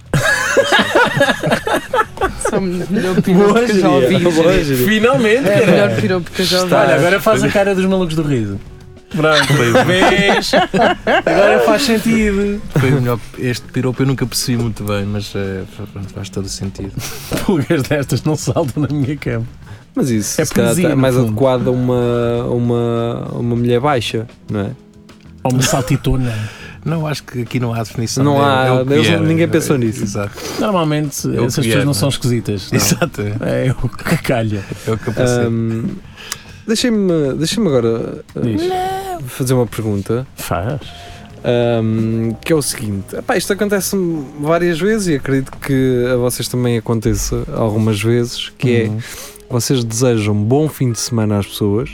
[SPEAKER 5] São a melhor piropo que eu já ouvi.
[SPEAKER 4] Finalmente,
[SPEAKER 5] É a
[SPEAKER 4] caralho.
[SPEAKER 5] melhor piropo que eu já ouvi.
[SPEAKER 3] Está-
[SPEAKER 4] Olha, agora faz a cara dos malucos do riso. Pronto,
[SPEAKER 2] Foi o-
[SPEAKER 4] vês? Agora faz sentido.
[SPEAKER 2] Foi o melhor. Este piropo eu nunca percebi muito bem, mas eh, faz todo o sentido.
[SPEAKER 4] Pulgas destas não saltam na minha cama.
[SPEAKER 3] Mas isso
[SPEAKER 4] É
[SPEAKER 3] se calhar,
[SPEAKER 4] poesia,
[SPEAKER 3] é
[SPEAKER 4] no
[SPEAKER 3] mais
[SPEAKER 4] fundo.
[SPEAKER 3] adequado a uma, a uma, a uma mulher baixa, não é?
[SPEAKER 4] Ou uma saltitona.
[SPEAKER 2] Não, acho que aqui não há definição.
[SPEAKER 3] Não
[SPEAKER 2] É-
[SPEAKER 3] há-
[SPEAKER 2] é o que
[SPEAKER 3] eles-
[SPEAKER 2] é.
[SPEAKER 3] ninguém pensou nisso.
[SPEAKER 2] Exato.
[SPEAKER 4] Normalmente
[SPEAKER 2] É o
[SPEAKER 4] essas
[SPEAKER 2] que
[SPEAKER 4] pessoas
[SPEAKER 2] é,
[SPEAKER 4] não
[SPEAKER 2] não
[SPEAKER 4] são
[SPEAKER 2] é?
[SPEAKER 4] esquisito.
[SPEAKER 2] Exato. é.
[SPEAKER 4] É o que calha.
[SPEAKER 2] É o que
[SPEAKER 4] Tá
[SPEAKER 2] eu pensei.
[SPEAKER 3] Ahm, Deixem-me deixem-me agora ah,
[SPEAKER 4] Diz.
[SPEAKER 3] fazer uma pergunta
[SPEAKER 4] Faz.
[SPEAKER 3] ahm, que é o seguinte: Epá, isto acontece várias vezes e acredito que a vocês também aconteça algumas vezes, que
[SPEAKER 4] Uhum.
[SPEAKER 3] é vocês desejam bom fim de semana às pessoas,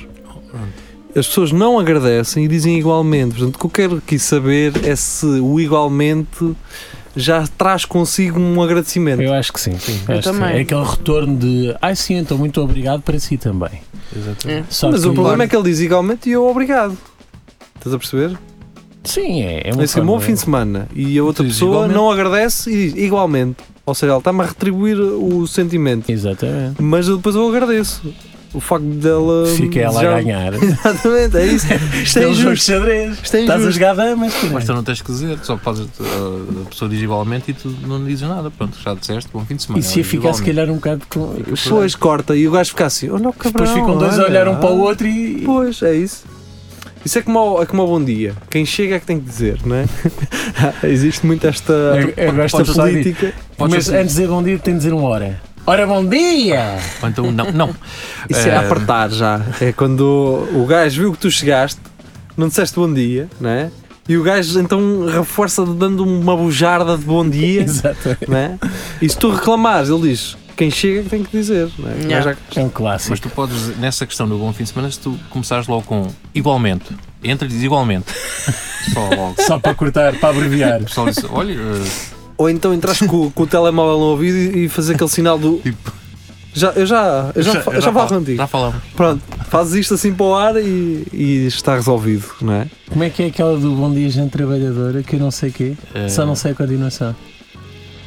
[SPEAKER 3] as pessoas não agradecem e dizem igualmente. Portanto, o que eu quero aqui saber é se o igualmente já traz consigo um agradecimento.
[SPEAKER 4] Eu acho que sim.
[SPEAKER 5] Eu
[SPEAKER 4] acho que
[SPEAKER 5] também.
[SPEAKER 4] sim. É aquele retorno de ai sim, então muito obrigado para si também.
[SPEAKER 2] Exatamente.
[SPEAKER 4] Só
[SPEAKER 3] Mas
[SPEAKER 4] que-
[SPEAKER 3] o problema é que ele diz igualmente e eu obrigado. Estás a perceber?
[SPEAKER 4] Sim, é, é uma
[SPEAKER 3] Esse é um bom
[SPEAKER 4] forma-
[SPEAKER 3] fim de semana e a outra
[SPEAKER 2] Diz
[SPEAKER 3] pessoa
[SPEAKER 2] igualmente.
[SPEAKER 3] não agradece e diz igualmente. Ou seja, ela está-me a retribuir o sentimento,
[SPEAKER 4] Exatamente.
[SPEAKER 3] mas eu depois eu agradeço. O facto dela.
[SPEAKER 4] Fica ela
[SPEAKER 3] desejar-
[SPEAKER 4] a ganhar.
[SPEAKER 3] Exatamente, é isso. Um, Isto
[SPEAKER 4] É
[SPEAKER 3] é
[SPEAKER 4] um jogo de
[SPEAKER 3] injusto.
[SPEAKER 4] xadrez.
[SPEAKER 3] Isto é
[SPEAKER 4] Estás a
[SPEAKER 3] injusto.
[SPEAKER 4] jogar damas. é?
[SPEAKER 2] Mas tu não tens que dizer, só podes, ah, a pessoa diz igualmente e tu não dizes nada. Pronto, já disseste, bom fim de semana.
[SPEAKER 4] E se ia
[SPEAKER 2] Igualmente.
[SPEAKER 4] ficar se calhar um bocado com.
[SPEAKER 3] Depois corta e o gajo fica assim, olha o cabrão.
[SPEAKER 4] Depois ficam dois a
[SPEAKER 3] olha,
[SPEAKER 4] olhar um para o
[SPEAKER 3] ah."
[SPEAKER 4] outro e.
[SPEAKER 3] Pois, é isso. Isso é como, ao, é como ao bom dia. Quem chega é que tem que dizer, não é? Existe muito esta,
[SPEAKER 4] Eu- eu gosto
[SPEAKER 3] esta
[SPEAKER 4] de falar disso.
[SPEAKER 3] política.
[SPEAKER 2] Podes
[SPEAKER 4] Mas
[SPEAKER 2] fazer-
[SPEAKER 4] antes de dizer bom dia, tem de dizer uma hora. Ora, bom dia!
[SPEAKER 2] Ou então, não, não.
[SPEAKER 3] Isso é
[SPEAKER 2] Eh,
[SPEAKER 3] apertar já. É quando o gajo viu que tu chegaste, não disseste bom dia, não é? E o gajo então reforça dando uma bujarda de bom dia,
[SPEAKER 4] Exato.
[SPEAKER 3] não é? E se tu reclamares, ele diz: quem chega é que tem que dizer, não é? O
[SPEAKER 5] Yeah.
[SPEAKER 3] gajo
[SPEAKER 4] É um
[SPEAKER 2] Mas
[SPEAKER 4] clássico.
[SPEAKER 2] tu podes, dizer, nessa questão do bom fim de semana, se tu começares logo com igualmente, entra e diz igualmente. Só logo.
[SPEAKER 4] Só para cortar, para abreviar.
[SPEAKER 2] O pessoal diz, olha, eh,
[SPEAKER 3] já- Ou então entras com, com o telemóvel no ouvido e, e fazer aquele sinal do.
[SPEAKER 2] Tipo.
[SPEAKER 3] Já, eu já, eu já, fa- eu já falo
[SPEAKER 2] fal-
[SPEAKER 3] contigo.
[SPEAKER 2] Já falamos.
[SPEAKER 3] Pronto, fazes isto assim para o ar e, e está resolvido, não é?
[SPEAKER 4] Como é que é aquela do bom dia, gente trabalhadora, que eu não sei quê?
[SPEAKER 2] Eh,
[SPEAKER 4] Só não sei a continuação.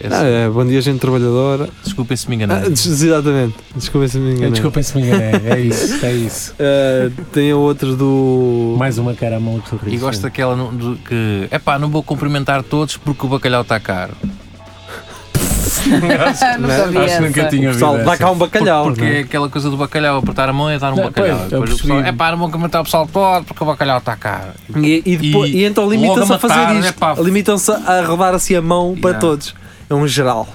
[SPEAKER 2] É,
[SPEAKER 3] Ah, é, bom dia, gente trabalhadora.
[SPEAKER 2] Desculpem se me enganei.
[SPEAKER 3] Ah, des- exatamente, desculpem se me enganei.
[SPEAKER 4] Desculpem se É, me enganei. É isso, é isso.
[SPEAKER 3] Ah, tem a outra do.
[SPEAKER 4] Mais uma cara a maluco sobre
[SPEAKER 2] e
[SPEAKER 4] isso.
[SPEAKER 2] gosto daquela no- do- que, é pá, não vou cumprimentar todos porque o bacalhau está caro.
[SPEAKER 5] Nunca vi
[SPEAKER 2] Acho que nunca
[SPEAKER 5] Ah, essa.
[SPEAKER 2] tinha
[SPEAKER 3] Pessoal,
[SPEAKER 2] visto.
[SPEAKER 3] dá cá um bacalhau.
[SPEAKER 2] Porque
[SPEAKER 3] não
[SPEAKER 2] é
[SPEAKER 3] é?
[SPEAKER 2] aquela coisa do bacalhau, apertar a mão é dar um
[SPEAKER 4] Não,
[SPEAKER 2] bacalhau.
[SPEAKER 4] pois, eu
[SPEAKER 2] Depois o pessoal,
[SPEAKER 4] percebi.
[SPEAKER 2] é pá, não vão comentar o pessoal todo porque o bacalhau está caro.
[SPEAKER 3] é? E, e depois-
[SPEAKER 2] E
[SPEAKER 3] e então limitam-se
[SPEAKER 2] logo
[SPEAKER 3] a
[SPEAKER 2] a matar,
[SPEAKER 3] fazer
[SPEAKER 2] é pá.
[SPEAKER 3] isto. Limitam-se a rodar assim a mão para
[SPEAKER 2] Yeah.
[SPEAKER 3] todos. É um geral.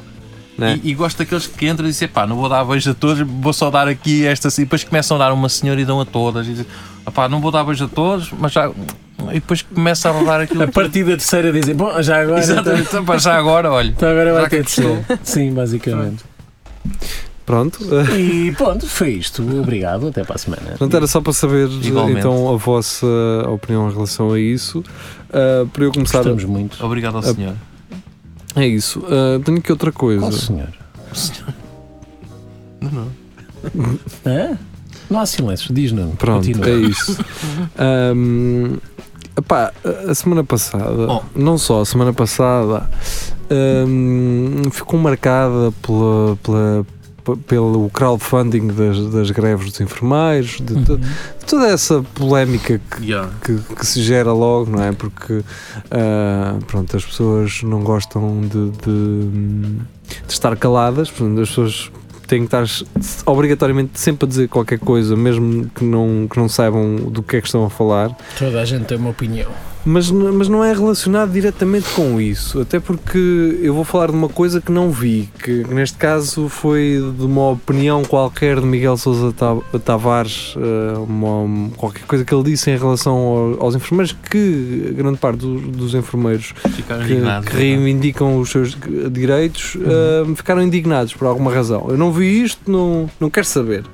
[SPEAKER 3] né?
[SPEAKER 2] E, e gosto daqueles que entram e dizem, pá, não vou dar beijo a todos, vou só dar aqui esta. assim." E depois começam a dar uma senhora e dão a todas. E dizem, pá, não vou dar beijo a todos, mas já. E depois começa a rodar aquilo.
[SPEAKER 4] A partir da terceira dizem, bom, já agora. Então,
[SPEAKER 2] Exatamente, pá, já agora, olha.
[SPEAKER 4] então agora
[SPEAKER 2] Já
[SPEAKER 4] vai
[SPEAKER 2] que
[SPEAKER 4] ter de ser. Sim, basicamente.
[SPEAKER 3] Pronto. eh,
[SPEAKER 4] E pronto, foi isto. Obrigado, até para a semana.
[SPEAKER 3] Portanto, era só para saber eh,
[SPEAKER 2] Igualmente.
[SPEAKER 3] então a vossa opinião em relação a isso. Eh, para eu começar.
[SPEAKER 4] Gostamos muito.
[SPEAKER 2] Obrigado ao senhor.
[SPEAKER 3] É isso. Eh, tenho aqui outra coisa.
[SPEAKER 4] Qual senhor?
[SPEAKER 2] Não, não.
[SPEAKER 4] Hã? Não há silêncio, diz não.
[SPEAKER 3] Pronto,
[SPEAKER 4] Continua.
[SPEAKER 3] é isso. Ahm, epá, a- a semana passada,
[SPEAKER 2] Oh.
[SPEAKER 3] não só a semana passada, ahm, ficou marcada pela, pela- p- pelo crowdfunding das, das greves dos enfermeiros, de, to- toda essa polémica que, que, que se gera logo, não é? Porque ah, pronto, as pessoas não gostam de, de- de estar caladas, portanto, as pessoas têm que estar s- obrigatoriamente sempre a dizer qualquer coisa, mesmo que não, que não saibam do que é que estão a falar.
[SPEAKER 4] Toda a gente tem uma opinião.
[SPEAKER 3] Mas, n- mas não é relacionado diretamente com isso, até porque eu vou falar de uma coisa que não vi, que neste caso foi de uma opinião qualquer de Miguel Sousa Tavares, eh, uma- qualquer coisa que ele disse em relação ao- aos enfermeiros, que grande parte do- dos enfermeiros
[SPEAKER 2] Ficaram
[SPEAKER 3] que,
[SPEAKER 2] indignados.
[SPEAKER 3] que reivindicam os seus direitos eh, ficaram indignados por alguma razão. Eu não vi isto, não, não quero saber.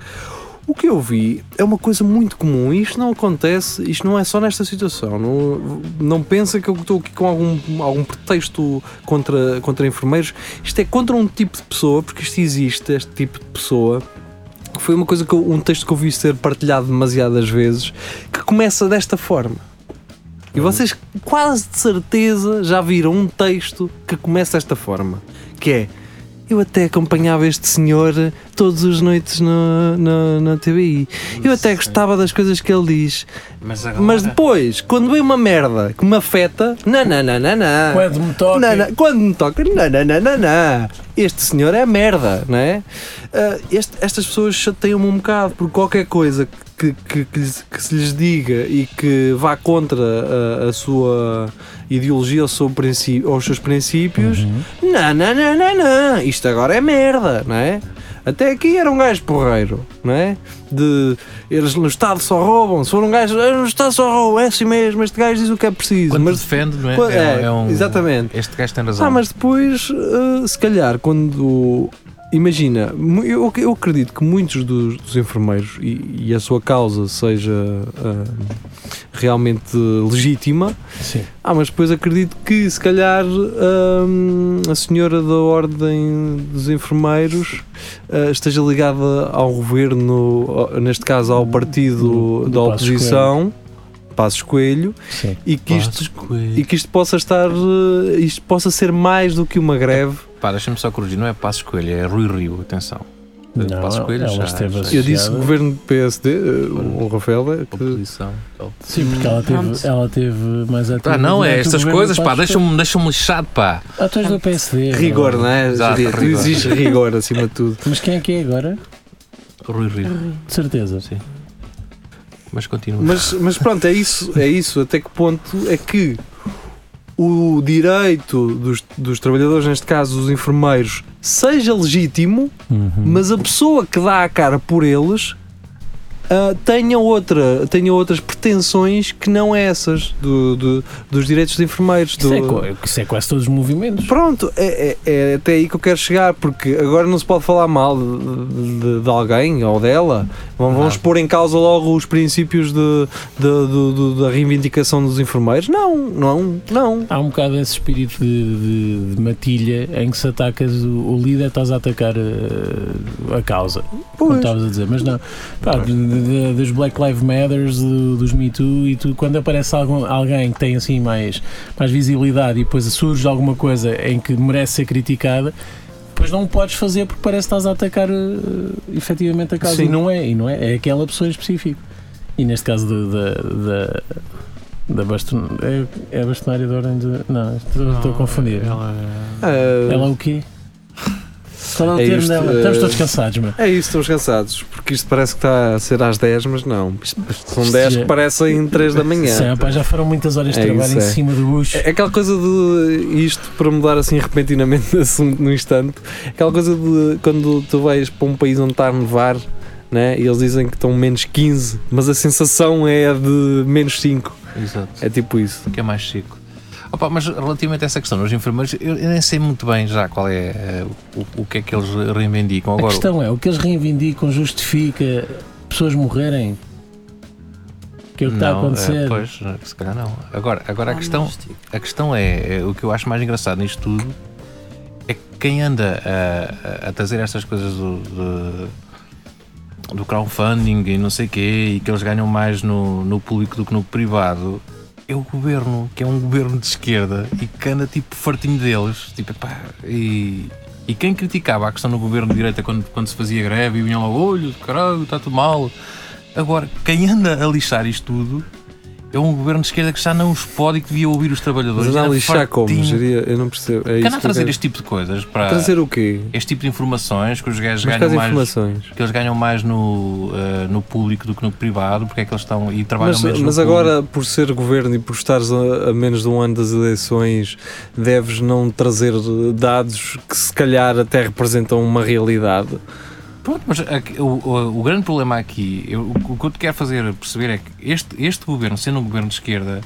[SPEAKER 3] O que eu vi é uma coisa muito comum e isto não acontece, isto não é só nesta situação. Não, não pensa que eu estou aqui com algum, algum pretexto contra, contra enfermeiros. Isto é contra um tipo de pessoa, porque isto existe, este tipo de pessoa. que Foi uma coisa que eu- um texto que eu vi ser partilhado demasiadas vezes, que começa desta forma. E vocês quase de certeza já viram um texto que começa desta forma, que é eu até acompanhava este senhor todas as noites no, no, na TBI. Eu até gostava das coisas que ele diz.
[SPEAKER 2] Mas, agora,
[SPEAKER 3] Mas depois, quando vem uma merda que me afeta, não, não, não, não, não.
[SPEAKER 4] Quando é me toca.
[SPEAKER 3] Não, não, quando me toca, não, não, não, não, não. Este senhor é merda, não é? Ah, este- estas pessoas chateiam-me um bocado por qualquer coisa que, que, que lhes- que se lhes diga e que vá contra a, a sua ideologia ou seu princípio, aos seus princípios.
[SPEAKER 2] Uhum.
[SPEAKER 3] Não, não, não, não, não. Isto agora é merda, não é? Até aqui era um gajo porreiro, não é? De eles no Estado só roubam. Se for um gajo, "Ah, no Estado só roubam, é assim mesmo. Este gajo diz o que é preciso.
[SPEAKER 2] Quando
[SPEAKER 3] mas
[SPEAKER 2] defende, não é?
[SPEAKER 3] Quando-
[SPEAKER 2] é,
[SPEAKER 3] é,
[SPEAKER 2] é um,
[SPEAKER 3] exatamente.
[SPEAKER 2] Este gajo tem razão.
[SPEAKER 3] ah, mas depois, eh, se calhar, quando. Imagina, mu- eu, eu acredito que muitos dos, dos enfermeiros e, e a sua causa seja ah, realmente legítima,
[SPEAKER 4] Sim.
[SPEAKER 3] ah, mas depois acredito que, se calhar, hum, a senhora da Ordem dos Enfermeiros ah, esteja ligada ao governo, ao- neste caso ao partido
[SPEAKER 4] Do- do
[SPEAKER 3] da
[SPEAKER 4] Passos
[SPEAKER 3] oposição, Passos Coelho,
[SPEAKER 4] Sim.
[SPEAKER 3] e que isto e
[SPEAKER 2] E...
[SPEAKER 3] que isto possa estar eh, isto possa ser mais do que uma greve
[SPEAKER 2] Pá, deixa-me só corrigir, não é Passos Coelho, é Rui Rio, atenção.
[SPEAKER 4] Não,
[SPEAKER 2] Passos Coelho
[SPEAKER 4] ela
[SPEAKER 2] já-
[SPEAKER 4] esteve
[SPEAKER 2] já-
[SPEAKER 4] É. associada.
[SPEAKER 3] eu disse governo do PSD eh, o Rafael é que
[SPEAKER 2] Oposição.
[SPEAKER 4] Sim, porque ela
[SPEAKER 5] Pronto.
[SPEAKER 4] teve, ela teve mais ativa.
[SPEAKER 2] Ah, não, é
[SPEAKER 4] durante o
[SPEAKER 2] estas
[SPEAKER 4] governo
[SPEAKER 2] coisas,
[SPEAKER 4] do
[SPEAKER 2] pá,
[SPEAKER 4] Passos
[SPEAKER 2] deixam-me deixam lixado, pá.
[SPEAKER 4] Coelho. Ah, tu és do PSD.
[SPEAKER 3] rigor
[SPEAKER 4] agora.
[SPEAKER 3] não é
[SPEAKER 2] Exato,
[SPEAKER 3] Tu
[SPEAKER 2] rigor.
[SPEAKER 3] existe rigor acima de tudo
[SPEAKER 4] Mas quem é que é agora?
[SPEAKER 2] Rui Rio.
[SPEAKER 4] De certeza.
[SPEAKER 2] Sim. Mas continua.
[SPEAKER 3] mas mas pronto é isso é isso até que ponto é que o direito dos, dos trabalhadores neste caso dos enfermeiros seja legítimo
[SPEAKER 4] Uhum.
[SPEAKER 3] mas a pessoa que dá a cara por eles ah, tenha, outra, tenha outras pretensões que não essas do, do- dos direitos de enfermeiros.
[SPEAKER 4] Isso
[SPEAKER 3] do-
[SPEAKER 4] é, co- isso é quase todos os movimentos.
[SPEAKER 3] Pronto, é, é- é até aí que eu quero chegar, porque agora não se pode falar mal de, de- de alguém ou dela. Vão, vão
[SPEAKER 2] Não.
[SPEAKER 3] expor em causa logo os princípios de- de- do- do- da reivindicação dos enfermeiros. Não, não, não.
[SPEAKER 4] Há um bocado esse espírito de, de- de matilha em que se atacas o, o líder, estás a atacar eh, a causa. Como
[SPEAKER 3] Pois.
[SPEAKER 4] estavas a dizer, mas não. Pá, de- de- dos Black Lives Matters, do- dos Me Too, e tu, quando aparece algum, alguém que tem assim mais, mais visibilidade e depois surge alguma coisa em que merece ser criticada, depois não o podes fazer porque parece que estás a atacar eh, efetivamente a causa.
[SPEAKER 3] Sim.
[SPEAKER 4] E não é, e não é. É aquela pessoa em específico. E neste caso do- da. da da baston... é, é
[SPEAKER 2] é
[SPEAKER 4] é- a bastonária da ordem de. Não, estou estou a confundir.
[SPEAKER 2] Ela...
[SPEAKER 3] Ah,
[SPEAKER 4] Ela é o quê? Qual é o
[SPEAKER 3] É
[SPEAKER 4] termo
[SPEAKER 3] isto,
[SPEAKER 4] dela?
[SPEAKER 3] eh,
[SPEAKER 4] Estamos todos cansados, meu.
[SPEAKER 3] É isso, estamos cansados, porque isto parece que está a ser às 10, mas não. Isto- isto São 10 que parecem 3 da manhã.
[SPEAKER 4] Sim, pá, já foram muitas horas de
[SPEAKER 3] É
[SPEAKER 4] trabalho
[SPEAKER 3] isso, é.
[SPEAKER 4] em cima do bucho.
[SPEAKER 3] É aquela coisa de isto para mudar assim repentinamente de assunto no instante, aquela coisa de quando tu vais para um país onde está a nevar né, e eles dizem que estão menos 15, mas a sensação é a de menos 5.
[SPEAKER 2] Exato.
[SPEAKER 3] É tipo isso.
[SPEAKER 2] que é mais chico. Opa, mas relativamente a essa questão dos enfermeiros, eu, eu nem sei muito bem já qual é eh, o, o que é que eles reivindicam.
[SPEAKER 4] A
[SPEAKER 2] Agora,
[SPEAKER 4] questão é, o que eles reivindicam justifica pessoas morrerem? Que é o que está a
[SPEAKER 2] não, eh,
[SPEAKER 4] acontecer?
[SPEAKER 2] pois, se calhar não. Agora, agora a,
[SPEAKER 5] Ah,
[SPEAKER 2] questão,
[SPEAKER 5] mas, tipo,
[SPEAKER 2] a questão é, é, o que eu acho mais engraçado nisto tudo é que quem anda a, a- a trazer estas coisas do, de- do crowdfunding e não sei quê, e que eles ganham mais no, no público do que no privado, é o governo, que é um governo de esquerda e que anda tipo fartinho deles. Tipo, pá, e, e quem criticava a questão do governo de direita quando, quando se fazia greve e vinham lá, olho, caralho, está tudo mal. Agora, quem anda a lixar isto tudo é um governo de esquerda que já não os pode e que devia ouvir os trabalhadores.
[SPEAKER 3] Mas não
[SPEAKER 2] Era
[SPEAKER 3] lixar como?
[SPEAKER 2] fartinho.
[SPEAKER 3] Geria, eu não percebo. É
[SPEAKER 2] é Quem anda
[SPEAKER 3] isso
[SPEAKER 2] a
[SPEAKER 3] que eu
[SPEAKER 2] trazer
[SPEAKER 3] quero-
[SPEAKER 2] este tipo de coisas para
[SPEAKER 3] Trazer o quê?
[SPEAKER 2] este tipo de informações que os gajos
[SPEAKER 3] Mas
[SPEAKER 2] ganham
[SPEAKER 3] quais
[SPEAKER 2] mais
[SPEAKER 3] informações?
[SPEAKER 2] que eles ganham mais no, eh, no público do que no privado, porque é que eles estão e trabalham
[SPEAKER 3] Mas,
[SPEAKER 2] menos no
[SPEAKER 3] mas agora, por ser governo e por estares a, a menos de um ano das eleições, deves não trazer dados que se calhar até representam uma realidade.
[SPEAKER 2] Pronto, mas aqui- o, o- o grande problema aqui, eu- o, o que eu te quero fazer perceber é que este, este governo, sendo um governo de esquerda,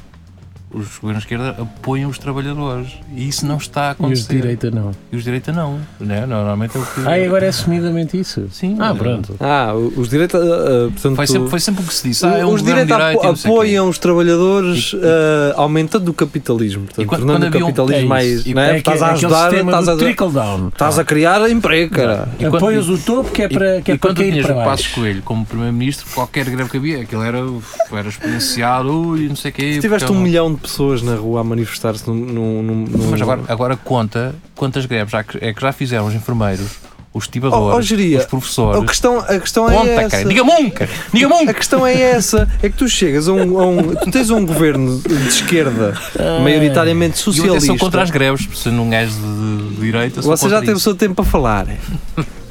[SPEAKER 2] os governos de esquerda apoiam os trabalhadores e isso não está a
[SPEAKER 4] E os
[SPEAKER 2] acontecer.
[SPEAKER 4] de direita não.
[SPEAKER 2] E os de direita não, né? Normalmente é o que.
[SPEAKER 4] Ah, e agora é assumidamente isso?
[SPEAKER 2] Sim, é.
[SPEAKER 4] Ah,
[SPEAKER 2] mas-
[SPEAKER 4] pronto.
[SPEAKER 3] Ah, os direitos. portanto,
[SPEAKER 2] Foi sempre, foi sempre o que se disse. Ah, é um
[SPEAKER 3] os
[SPEAKER 2] governo
[SPEAKER 3] direitos
[SPEAKER 2] de direita, e não sei o quê.
[SPEAKER 3] apoiam os trabalhadores
[SPEAKER 2] E- e-
[SPEAKER 3] ah, aumentando o capitalismo. Portanto,
[SPEAKER 2] quando-
[SPEAKER 3] tornando
[SPEAKER 2] quando
[SPEAKER 3] o
[SPEAKER 2] havia um-
[SPEAKER 3] capitalismo
[SPEAKER 4] é
[SPEAKER 3] mais.
[SPEAKER 2] isso. E
[SPEAKER 3] né?
[SPEAKER 4] que-
[SPEAKER 3] estás a
[SPEAKER 4] aquele
[SPEAKER 3] ajudar,
[SPEAKER 4] sistema
[SPEAKER 3] estás
[SPEAKER 4] do
[SPEAKER 3] a,
[SPEAKER 4] trickle down.
[SPEAKER 3] estás a criar emprego, cara.
[SPEAKER 2] E quando-
[SPEAKER 4] Apoias o topo que é para, que é
[SPEAKER 2] e
[SPEAKER 4] para
[SPEAKER 2] quando
[SPEAKER 4] cair
[SPEAKER 2] tinhas
[SPEAKER 4] para
[SPEAKER 2] o Passos
[SPEAKER 4] baixo. É
[SPEAKER 2] Coelho como primeiro-ministro, qualquer greve que havia, aquilo era, era exponenciado e não sei o quê.
[SPEAKER 3] Se
[SPEAKER 2] porque
[SPEAKER 3] tiveste
[SPEAKER 2] é
[SPEAKER 3] um
[SPEAKER 2] uma-
[SPEAKER 3] milhão de pessoas na rua a manifestar-se num, num- num- num-
[SPEAKER 2] Mas agora, agora conta quantas greves já que- é que já fizeram os enfermeiros, os
[SPEAKER 3] Oh, oh,
[SPEAKER 2] tibadores,
[SPEAKER 3] geria,
[SPEAKER 2] os professores.
[SPEAKER 3] A questão, a questão é
[SPEAKER 2] Conta,
[SPEAKER 3] essa.
[SPEAKER 2] cara. Diga-me um, cara. Diga-me um.
[SPEAKER 3] A questão é essa. É que tu chegas a um. a um- tu tens um governo de esquerda, maioritariamente
[SPEAKER 2] Ah. E eu até
[SPEAKER 3] socialista.
[SPEAKER 2] sou contra as greves, por ser um gajo de, de direita. sou
[SPEAKER 3] Você já
[SPEAKER 2] contra
[SPEAKER 3] teve o
[SPEAKER 2] isso.
[SPEAKER 3] seu tempo para falar.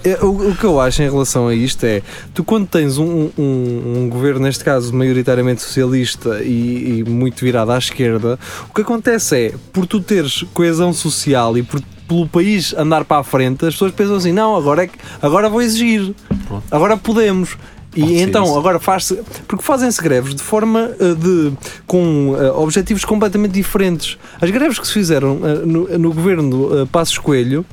[SPEAKER 3] É, O, o que eu acho em relação a isto é: tu, quando tens um, um- um governo, neste caso maioritariamente socialista e, e muito virado à esquerda, o que acontece é, por tu teres coesão social e por- pelo país andar para a frente, as pessoas pensam assim: não, agora, é que, agora vou exigir,
[SPEAKER 2] Pronto.
[SPEAKER 3] agora podemos.
[SPEAKER 2] Pode
[SPEAKER 3] E
[SPEAKER 2] ser
[SPEAKER 3] então,
[SPEAKER 2] isso.
[SPEAKER 3] agora faz-se. Porque fazem-se greves de forma eh, de. com eh, objetivos completamente diferentes. As greves que se fizeram eh, no, no governo eh, Passos Coelho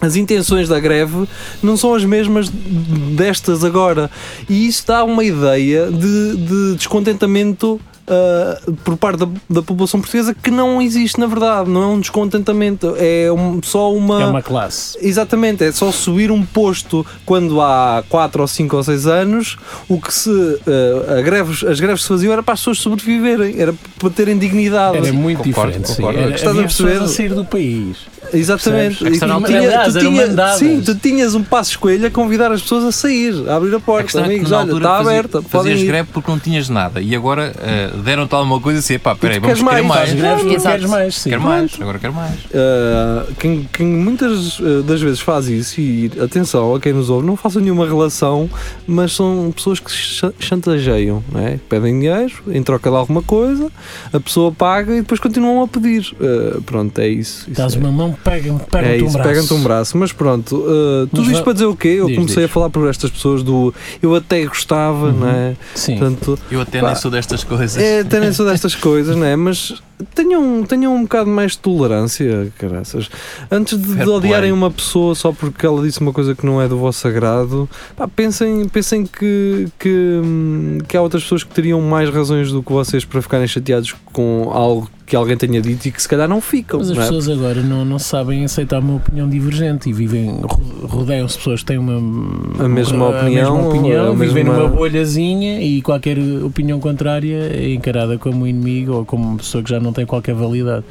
[SPEAKER 3] as intenções da greve não são as mesmas destas agora. E isso dá uma ideia de, de descontentamento ah, por parte da, da população portuguesa que não existe, na verdade. Não é um descontentamento, é um- só
[SPEAKER 4] É uma classe.
[SPEAKER 3] Exatamente, é só subir um posto quando há 4 ou 5 ou 6 anos o que se eh, a greves, as greves se faziam era para as pessoas sobreviverem, era para terem dignidade.
[SPEAKER 4] Era muito
[SPEAKER 2] Concordo,
[SPEAKER 4] diferente.
[SPEAKER 2] concordo.
[SPEAKER 4] Sim. Era,
[SPEAKER 3] Estás a
[SPEAKER 4] havia pessoas
[SPEAKER 3] perceber?
[SPEAKER 4] a sair do país.
[SPEAKER 3] Exatamente.
[SPEAKER 4] Percebes? A questão
[SPEAKER 3] E
[SPEAKER 4] não
[SPEAKER 3] tu
[SPEAKER 4] era- aliás, eram
[SPEAKER 3] tinhas-
[SPEAKER 4] mandadas.
[SPEAKER 3] sim, tu tinhas um passo escolha a convidar as pessoas a sair, a abrir a
[SPEAKER 2] A
[SPEAKER 3] porta.
[SPEAKER 2] questão é que
[SPEAKER 3] Amigos,
[SPEAKER 2] na
[SPEAKER 3] olha,
[SPEAKER 2] altura
[SPEAKER 3] está
[SPEAKER 2] fazia-
[SPEAKER 3] aberta. Podem
[SPEAKER 2] fazias
[SPEAKER 3] ir.
[SPEAKER 2] greve porque não tinhas nada e agora eh, deram-te alguma coisa assim, pá, peraí,
[SPEAKER 3] tu
[SPEAKER 2] vamos
[SPEAKER 3] queres
[SPEAKER 2] querer
[SPEAKER 3] mais,
[SPEAKER 2] mais.
[SPEAKER 4] As greves não
[SPEAKER 5] Exato.
[SPEAKER 4] queres mais, sim.
[SPEAKER 2] Quero mais, agora quero mais.
[SPEAKER 3] Ah, quem, quem muitas ah, das vezes faz isso, e atenção a quem nos ouve, não façam nenhuma relação, mas são pessoas que se cha- chantageiam, não é? pedem dinheiro em troca de alguma coisa, a pessoa paga e depois continuam a pedir. Ah, pronto, é isso. isso
[SPEAKER 4] Dás
[SPEAKER 3] é.
[SPEAKER 4] uma mão, pega-me
[SPEAKER 3] É
[SPEAKER 4] pega-te um
[SPEAKER 3] isso, pegam-te
[SPEAKER 4] braço.
[SPEAKER 3] um braço, mas pronto, ah, tudo
[SPEAKER 4] Mas
[SPEAKER 3] isto
[SPEAKER 4] va-
[SPEAKER 3] para dizer o quê? Eu
[SPEAKER 4] Diz,
[SPEAKER 3] comecei
[SPEAKER 4] diz.
[SPEAKER 3] a falar por estas pessoas do eu até gostava,
[SPEAKER 4] Uhum.
[SPEAKER 3] não é?
[SPEAKER 4] Sim.
[SPEAKER 3] Portanto,
[SPEAKER 2] Eu até
[SPEAKER 3] Pá.
[SPEAKER 2] nem sou destas coisas.
[SPEAKER 3] é, até nem sou destas coisas, não é? Mas tenham, tenham um bocado mais de tolerância, caraças. Antes de,
[SPEAKER 2] Fair
[SPEAKER 3] de odiarem
[SPEAKER 2] play.
[SPEAKER 3] uma pessoa só porque ela disse uma coisa que não é do vosso agrado, pá, pensem, pensem que, que, hum, que há outras pessoas que teriam mais razões do que vocês para ficarem chateados com algo que alguém tenha dito e que se calhar não ficam.
[SPEAKER 4] Mas as
[SPEAKER 3] não é?
[SPEAKER 4] pessoas agora não, não sabem aceitar uma opinião divergente e vivem, ro- rodeiam-se pessoas que têm uma
[SPEAKER 3] A mesma opinião,
[SPEAKER 4] mesma
[SPEAKER 3] a
[SPEAKER 4] opinião, vivem
[SPEAKER 3] mesma-
[SPEAKER 4] numa bolhazinha e qualquer opinião contrária é encarada como inimigo ou como pessoa que já não tem qualquer validade.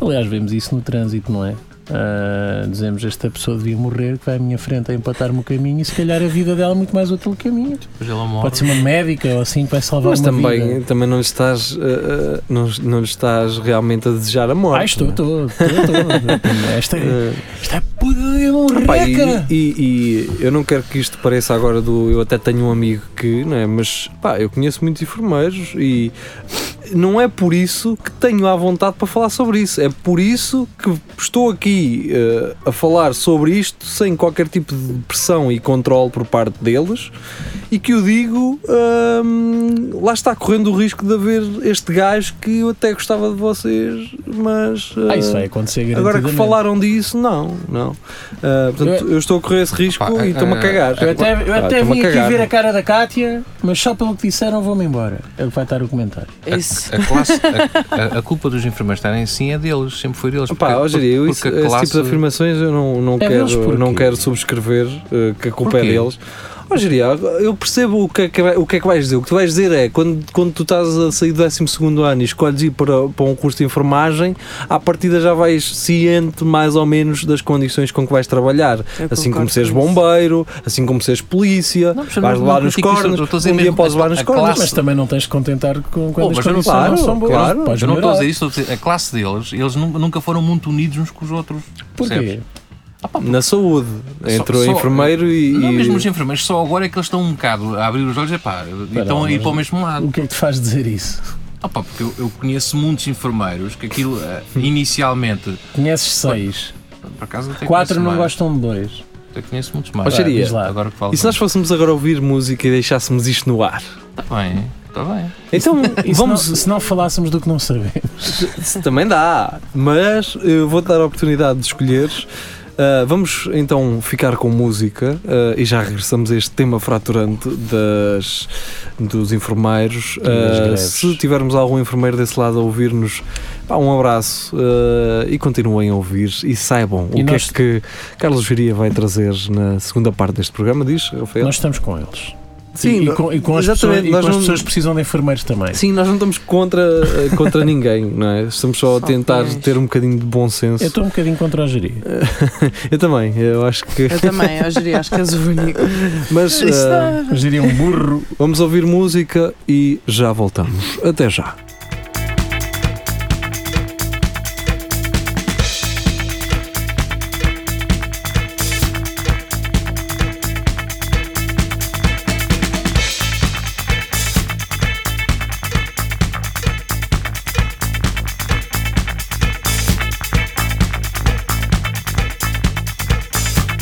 [SPEAKER 4] Aliás, vemos isso no trânsito, não é? Ah, dizemos esta pessoa devia morrer, que vai à minha frente a empatar-me o caminho e se calhar a vida dela é muito mais útil que a minha.
[SPEAKER 2] Depois ela morre.
[SPEAKER 4] Pode ser uma médica ou assim que vai salvar
[SPEAKER 3] Mas
[SPEAKER 4] uma
[SPEAKER 3] também, é
[SPEAKER 4] vida.
[SPEAKER 3] também não lhes estás, eh, eh, não, não lhes estás realmente a desejar a morte.
[SPEAKER 4] Ah, estou,
[SPEAKER 3] não é?
[SPEAKER 4] estou, estou, estou. Esta,
[SPEAKER 3] Eh,
[SPEAKER 4] Isto é Ele um
[SPEAKER 3] Pá, e-
[SPEAKER 4] reca!
[SPEAKER 3] e, e eu não quero que isto pareça agora do. Eu até tenho um amigo que, não é? Mas pá, eu conheço muitos enfermeiros e não é por isso que tenho à vontade para falar sobre isso. É por isso que estou aqui eh, a falar sobre isto sem qualquer tipo de pressão e controle por parte deles e que eu digo. hum, lá está correndo o risco de haver este gajo que eu até gostava de vocês, mas.
[SPEAKER 4] Ah, isso
[SPEAKER 3] eh,
[SPEAKER 4] vai acontecer
[SPEAKER 3] Agora que
[SPEAKER 4] garantidamente.
[SPEAKER 3] falaram disso, não, não. Ah, portanto, eu, estou a correr esse risco
[SPEAKER 2] Pá,
[SPEAKER 3] e estou-me a
[SPEAKER 2] ah,
[SPEAKER 3] cagar.
[SPEAKER 4] Eu até, eu
[SPEAKER 3] Ah,
[SPEAKER 4] até
[SPEAKER 3] estou-me
[SPEAKER 4] vim
[SPEAKER 3] a
[SPEAKER 4] aqui
[SPEAKER 3] cagar.
[SPEAKER 4] ver a cara da Kátia, mas só pelo que disseram vou-me embora. Ele vai estar o comentário.
[SPEAKER 5] É isso.
[SPEAKER 2] A, classe, a, a- a culpa dos enfermeiros estarem assim é deles, sempre foi deles.
[SPEAKER 3] Pá, hoje eu isso,
[SPEAKER 2] porque a
[SPEAKER 3] esse
[SPEAKER 2] classe-
[SPEAKER 3] tipo de afirmações eu não, não,
[SPEAKER 4] É deles
[SPEAKER 3] quero,
[SPEAKER 4] porquê?
[SPEAKER 3] não quero subscrever ah, que a culpa é
[SPEAKER 2] Porquê?
[SPEAKER 3] deles. Hoje eu percebo o que, é que, vai- o que é que vais dizer. O que tu vais dizer é quando, quando tu estás a sair do 12 ano e escolhes ir para, para um curso de enfermagem, à partida já vais ciente mais ou menos das condições com que vais trabalhar.
[SPEAKER 5] Eu
[SPEAKER 3] Assim como
[SPEAKER 5] concordo
[SPEAKER 3] seres
[SPEAKER 5] com isso.
[SPEAKER 3] bombeiro, assim como seres polícia,
[SPEAKER 2] Não, mas eu
[SPEAKER 3] vais
[SPEAKER 2] não-
[SPEAKER 3] levar
[SPEAKER 2] não
[SPEAKER 3] nos
[SPEAKER 2] critico isso,
[SPEAKER 3] cornos,
[SPEAKER 2] eu estou a dizer
[SPEAKER 3] um dia
[SPEAKER 2] mesmo
[SPEAKER 3] podes
[SPEAKER 2] a-
[SPEAKER 3] levar nos
[SPEAKER 2] a
[SPEAKER 3] cornos.
[SPEAKER 2] classe-
[SPEAKER 4] Mas também não tens de contentar com quando
[SPEAKER 2] Oh,
[SPEAKER 4] as
[SPEAKER 2] mas eu não-
[SPEAKER 4] condições não
[SPEAKER 3] claro,
[SPEAKER 4] são boas.
[SPEAKER 3] claro.
[SPEAKER 4] Podes
[SPEAKER 2] Eu não estou a
[SPEAKER 4] melhorar.
[SPEAKER 2] dizer isso, estou a dizer a classe deles, eles nu- nunca foram muito unidos uns com os outros. percebes?
[SPEAKER 4] Porquê?
[SPEAKER 3] Na saúde, entre
[SPEAKER 2] Só-
[SPEAKER 3] o
[SPEAKER 2] só-
[SPEAKER 3] enfermeiro e.
[SPEAKER 2] Não,
[SPEAKER 3] e-
[SPEAKER 2] mesmo os enfermeiros, só agora é que eles estão um bocado a abrir os olhos e pá, e estão a ir
[SPEAKER 4] mas-
[SPEAKER 2] para o mesmo lado.
[SPEAKER 4] O que é que te faz dizer isso?
[SPEAKER 2] Ah, pá, porque eu, eu conheço muitos enfermeiros que aquilo eh, inicialmente,
[SPEAKER 4] Conheces seis.
[SPEAKER 2] por acaso até
[SPEAKER 4] Quatro
[SPEAKER 2] conheço
[SPEAKER 4] não
[SPEAKER 2] mais,
[SPEAKER 4] gostam de dois.
[SPEAKER 2] Eu conheço muitos
[SPEAKER 3] Ó,
[SPEAKER 2] mais.
[SPEAKER 3] Xaria,
[SPEAKER 4] diz lá.
[SPEAKER 2] Agora que falo.
[SPEAKER 3] E se nós fôssemos agora ouvir música e deixássemos isto no ar?
[SPEAKER 2] Está Tá bem, está bem.
[SPEAKER 3] Então,
[SPEAKER 4] E se
[SPEAKER 3] vamos.
[SPEAKER 4] não- se não falássemos do que não sabemos?
[SPEAKER 3] se- Também dá, mas eu vou-te dar a oportunidade de escolheres. Ah, vamos então ficar com música ah, e já regressamos a este tema fraturante das, dos enfermeiros.
[SPEAKER 4] das
[SPEAKER 3] Ah,
[SPEAKER 4] greves.
[SPEAKER 3] se tivermos algum enfermeiro desse lado a ouvir-nos, pá, um abraço ah, e continuem a ouvir e saibam
[SPEAKER 4] E
[SPEAKER 3] o
[SPEAKER 4] nós-
[SPEAKER 3] que é que Carlos Viria vai trazer na segunda parte deste programa. Diz, Rafael?
[SPEAKER 4] Nós estamos com eles.
[SPEAKER 3] Sim,
[SPEAKER 4] e, e com, e com as, pessoas,
[SPEAKER 3] exatamente,
[SPEAKER 4] e com
[SPEAKER 3] nós
[SPEAKER 4] as
[SPEAKER 3] não-
[SPEAKER 4] pessoas que precisam de enfermeiros também.
[SPEAKER 3] Sim, nós não estamos contra, eh, contra ninguém, não é? Estamos só a
[SPEAKER 5] Só
[SPEAKER 3] tentar
[SPEAKER 5] pois.
[SPEAKER 3] ter um bocadinho de bom senso.
[SPEAKER 4] Eu
[SPEAKER 3] Eu,
[SPEAKER 4] estou um bocadinho contra a geria.
[SPEAKER 3] também, eu acho que.
[SPEAKER 5] Eu também, eu diria, acho que és o único.
[SPEAKER 3] Mas
[SPEAKER 5] Isto
[SPEAKER 3] eh,
[SPEAKER 5] é-
[SPEAKER 4] A geria é um burro.
[SPEAKER 3] vamos ouvir música e já voltamos. Até já.
[SPEAKER 6] What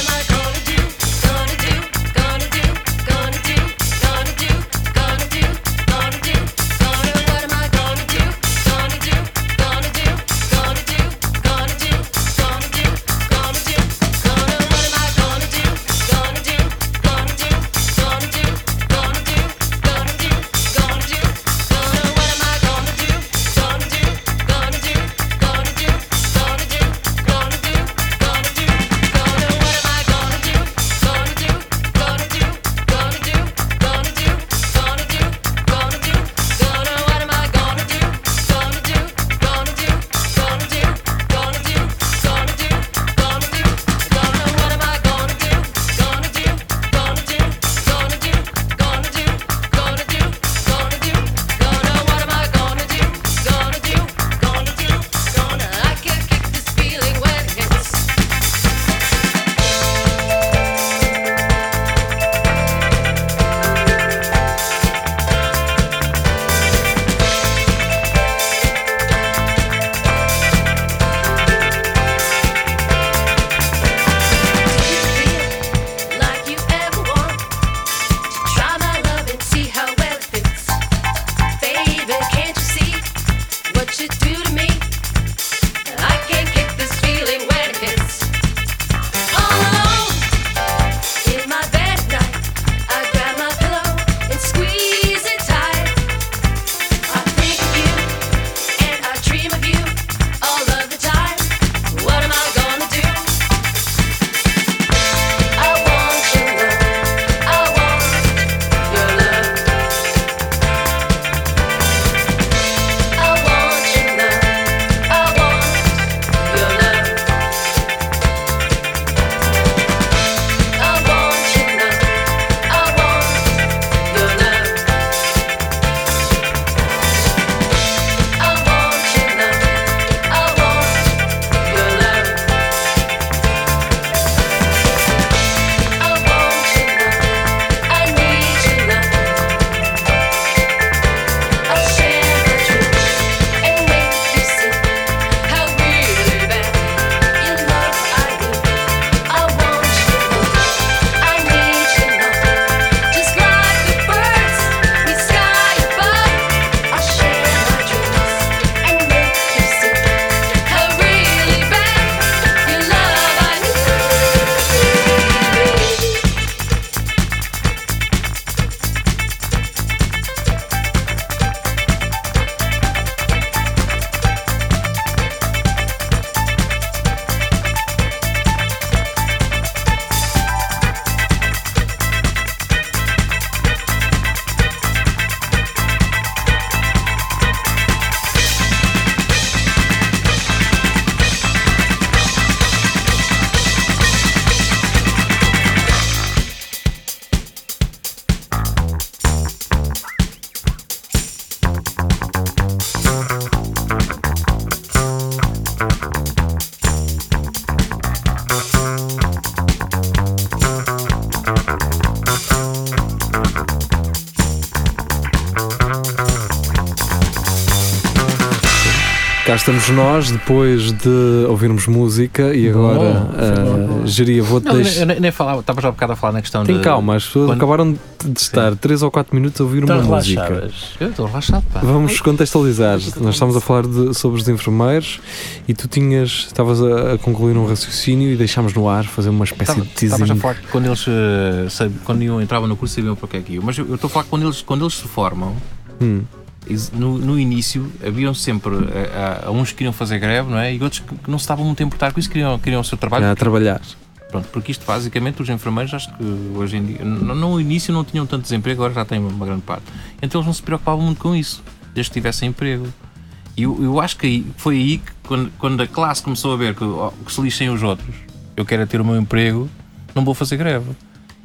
[SPEAKER 6] am I gonna do? Gonna do, gonna do, gonna do,
[SPEAKER 3] cá estamos nós depois de ouvirmos música e
[SPEAKER 4] Bom,
[SPEAKER 3] agora
[SPEAKER 4] foi
[SPEAKER 3] ah,
[SPEAKER 4] bom.
[SPEAKER 3] Geria, vou-te
[SPEAKER 2] Não, eu nem- eu
[SPEAKER 3] deixar.
[SPEAKER 2] nem, nem falava, estava já há bocado a falar na questão
[SPEAKER 3] Tem
[SPEAKER 2] de.
[SPEAKER 3] calma, as pessoas
[SPEAKER 2] quando-
[SPEAKER 3] acabaram de estar 3 ou 4 minutos a ouvir uma
[SPEAKER 4] Estão
[SPEAKER 3] música.
[SPEAKER 4] relaxadas.
[SPEAKER 2] Eu estou relaxado, pá.
[SPEAKER 3] Vamos contextualizar. Nós estávamos a falar de- sobre os enfermeiros e tu tinhas, estavas a, a concluir um raciocínio e deixámos no ar fazer uma espécie
[SPEAKER 2] Estava-
[SPEAKER 3] de
[SPEAKER 2] Estavas a
[SPEAKER 3] teasing.
[SPEAKER 2] falar que quando eles eh, sabe- quando eu entrava no curso sabiam para o que é que ia. Mas eu eu estou a falar que quando eles, quando eles se formam,
[SPEAKER 3] Hum,
[SPEAKER 2] ex- no, no início haviam sempre eh, há- há uns que queriam fazer greve, não é? E outros que que não se estavam muito a importar com isso, queriam, queriam o seu trabalho.
[SPEAKER 3] a trabalhar.
[SPEAKER 2] Pronto, porque isto basicamente os enfermeiros acho que hoje em dia, no, no início não tinham tanto desemprego, agora já têm uma grande parte. Então eles não se preocupavam muito com isso, desde que tivessem emprego. E eu, eu acho que aí- foi aí que quando, quando a classe começou a ver que, ó, que se lixem os outros, eu quero é ter o meu emprego, não vou fazer greve.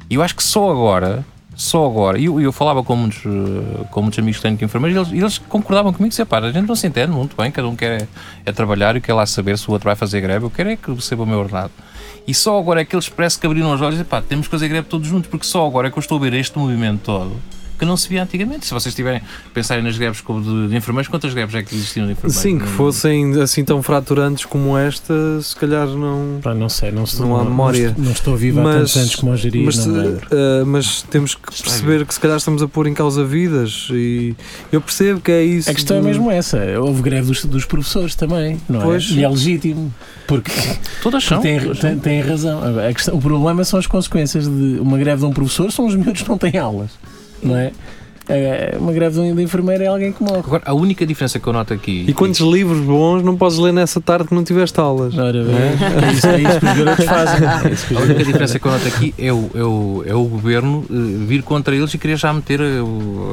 [SPEAKER 2] E eu acho que só agora, só agora, e eu, eu falava com muitos, eh, com muitos amigos que tenho que enfermeiros, e eles, e eles concordavam comigo, dizia, pá, a gente não se entende muito bem, cada um quer é, é trabalhar e quer lá saber se o outro vai fazer greve, eu quero é que receba o meu ordenado. E só agora é que eles parece que abriram os olhos e dizem, pá, temos que fazer greve todos juntos, porque só agora é que eu estou a ver este movimento todo. Que não se via antigamente. Se vocês tiverem pensarem nas greves como de, de enfermeiros, quantas greves é que existiam de enfermeiros?
[SPEAKER 3] Sim, que
[SPEAKER 2] Não-
[SPEAKER 3] fossem assim tão fraturantes como esta, se calhar não.
[SPEAKER 4] Pá, não sei, não, sou,
[SPEAKER 3] Não há memória.
[SPEAKER 4] Não, estou vivo há
[SPEAKER 3] Mas-
[SPEAKER 4] tantos anos como a gerir,
[SPEAKER 3] Mas,
[SPEAKER 4] não me lembro.
[SPEAKER 3] eh, mas temos que
[SPEAKER 2] Está
[SPEAKER 3] perceber que se calhar estamos a pôr em causa vidas e eu percebo que é isso.
[SPEAKER 4] A questão é
[SPEAKER 3] de-
[SPEAKER 4] mesmo essa. Houve greve dos, dos professores também, não
[SPEAKER 3] Pois. Então,
[SPEAKER 4] é? E é legítimo. Porque
[SPEAKER 2] Todas são.
[SPEAKER 4] tem, tem, tem razão. A questão- o problema são as consequências de uma greve de um professor, são os miúdos que não têm aulas, não é? É, Uma greve de um de enfermeiro é alguém que morre.
[SPEAKER 2] Agora, a única diferença que eu noto aqui.
[SPEAKER 3] E quantos livros bons não podes ler nessa tarde que não tiveste aulas?
[SPEAKER 4] Ora bem, é isso, é isso que os garotos fazem. É isso que os
[SPEAKER 2] A única diferença que eu noto aqui é o, é o, é o governo eh, vir contra eles e querer já meter eh, o,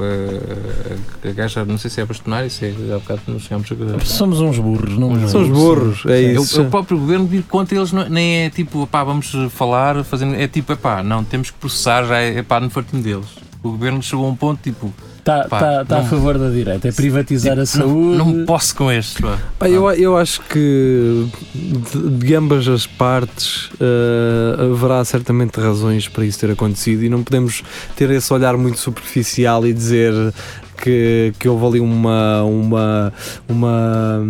[SPEAKER 2] eh, a gaja, não sei se é bastonária, se é há bocado não chegámos a.
[SPEAKER 4] Somos uns burros, não
[SPEAKER 3] São os burros, é
[SPEAKER 2] É o-
[SPEAKER 3] isso.
[SPEAKER 2] é o próprio governo vir contra eles, não- nem é tipo, pá, vamos falar, fazendo, é tipo, pá, não, temos que processar já, é pá, no fartinho deles. O governo chegou a um ponto tipo,
[SPEAKER 4] Está
[SPEAKER 2] Pá,
[SPEAKER 4] Tá, a
[SPEAKER 2] não-
[SPEAKER 4] favor da direita, é privatizar a
[SPEAKER 2] não,
[SPEAKER 4] saúde.
[SPEAKER 2] não posso com este, pá.
[SPEAKER 3] Pá, eu, eu acho que de, de ambas as partes eh, haverá certamente razões para isso ter acontecido e não podemos ter esse olhar muito superficial e dizer que, que houve ali uma, uma, uma,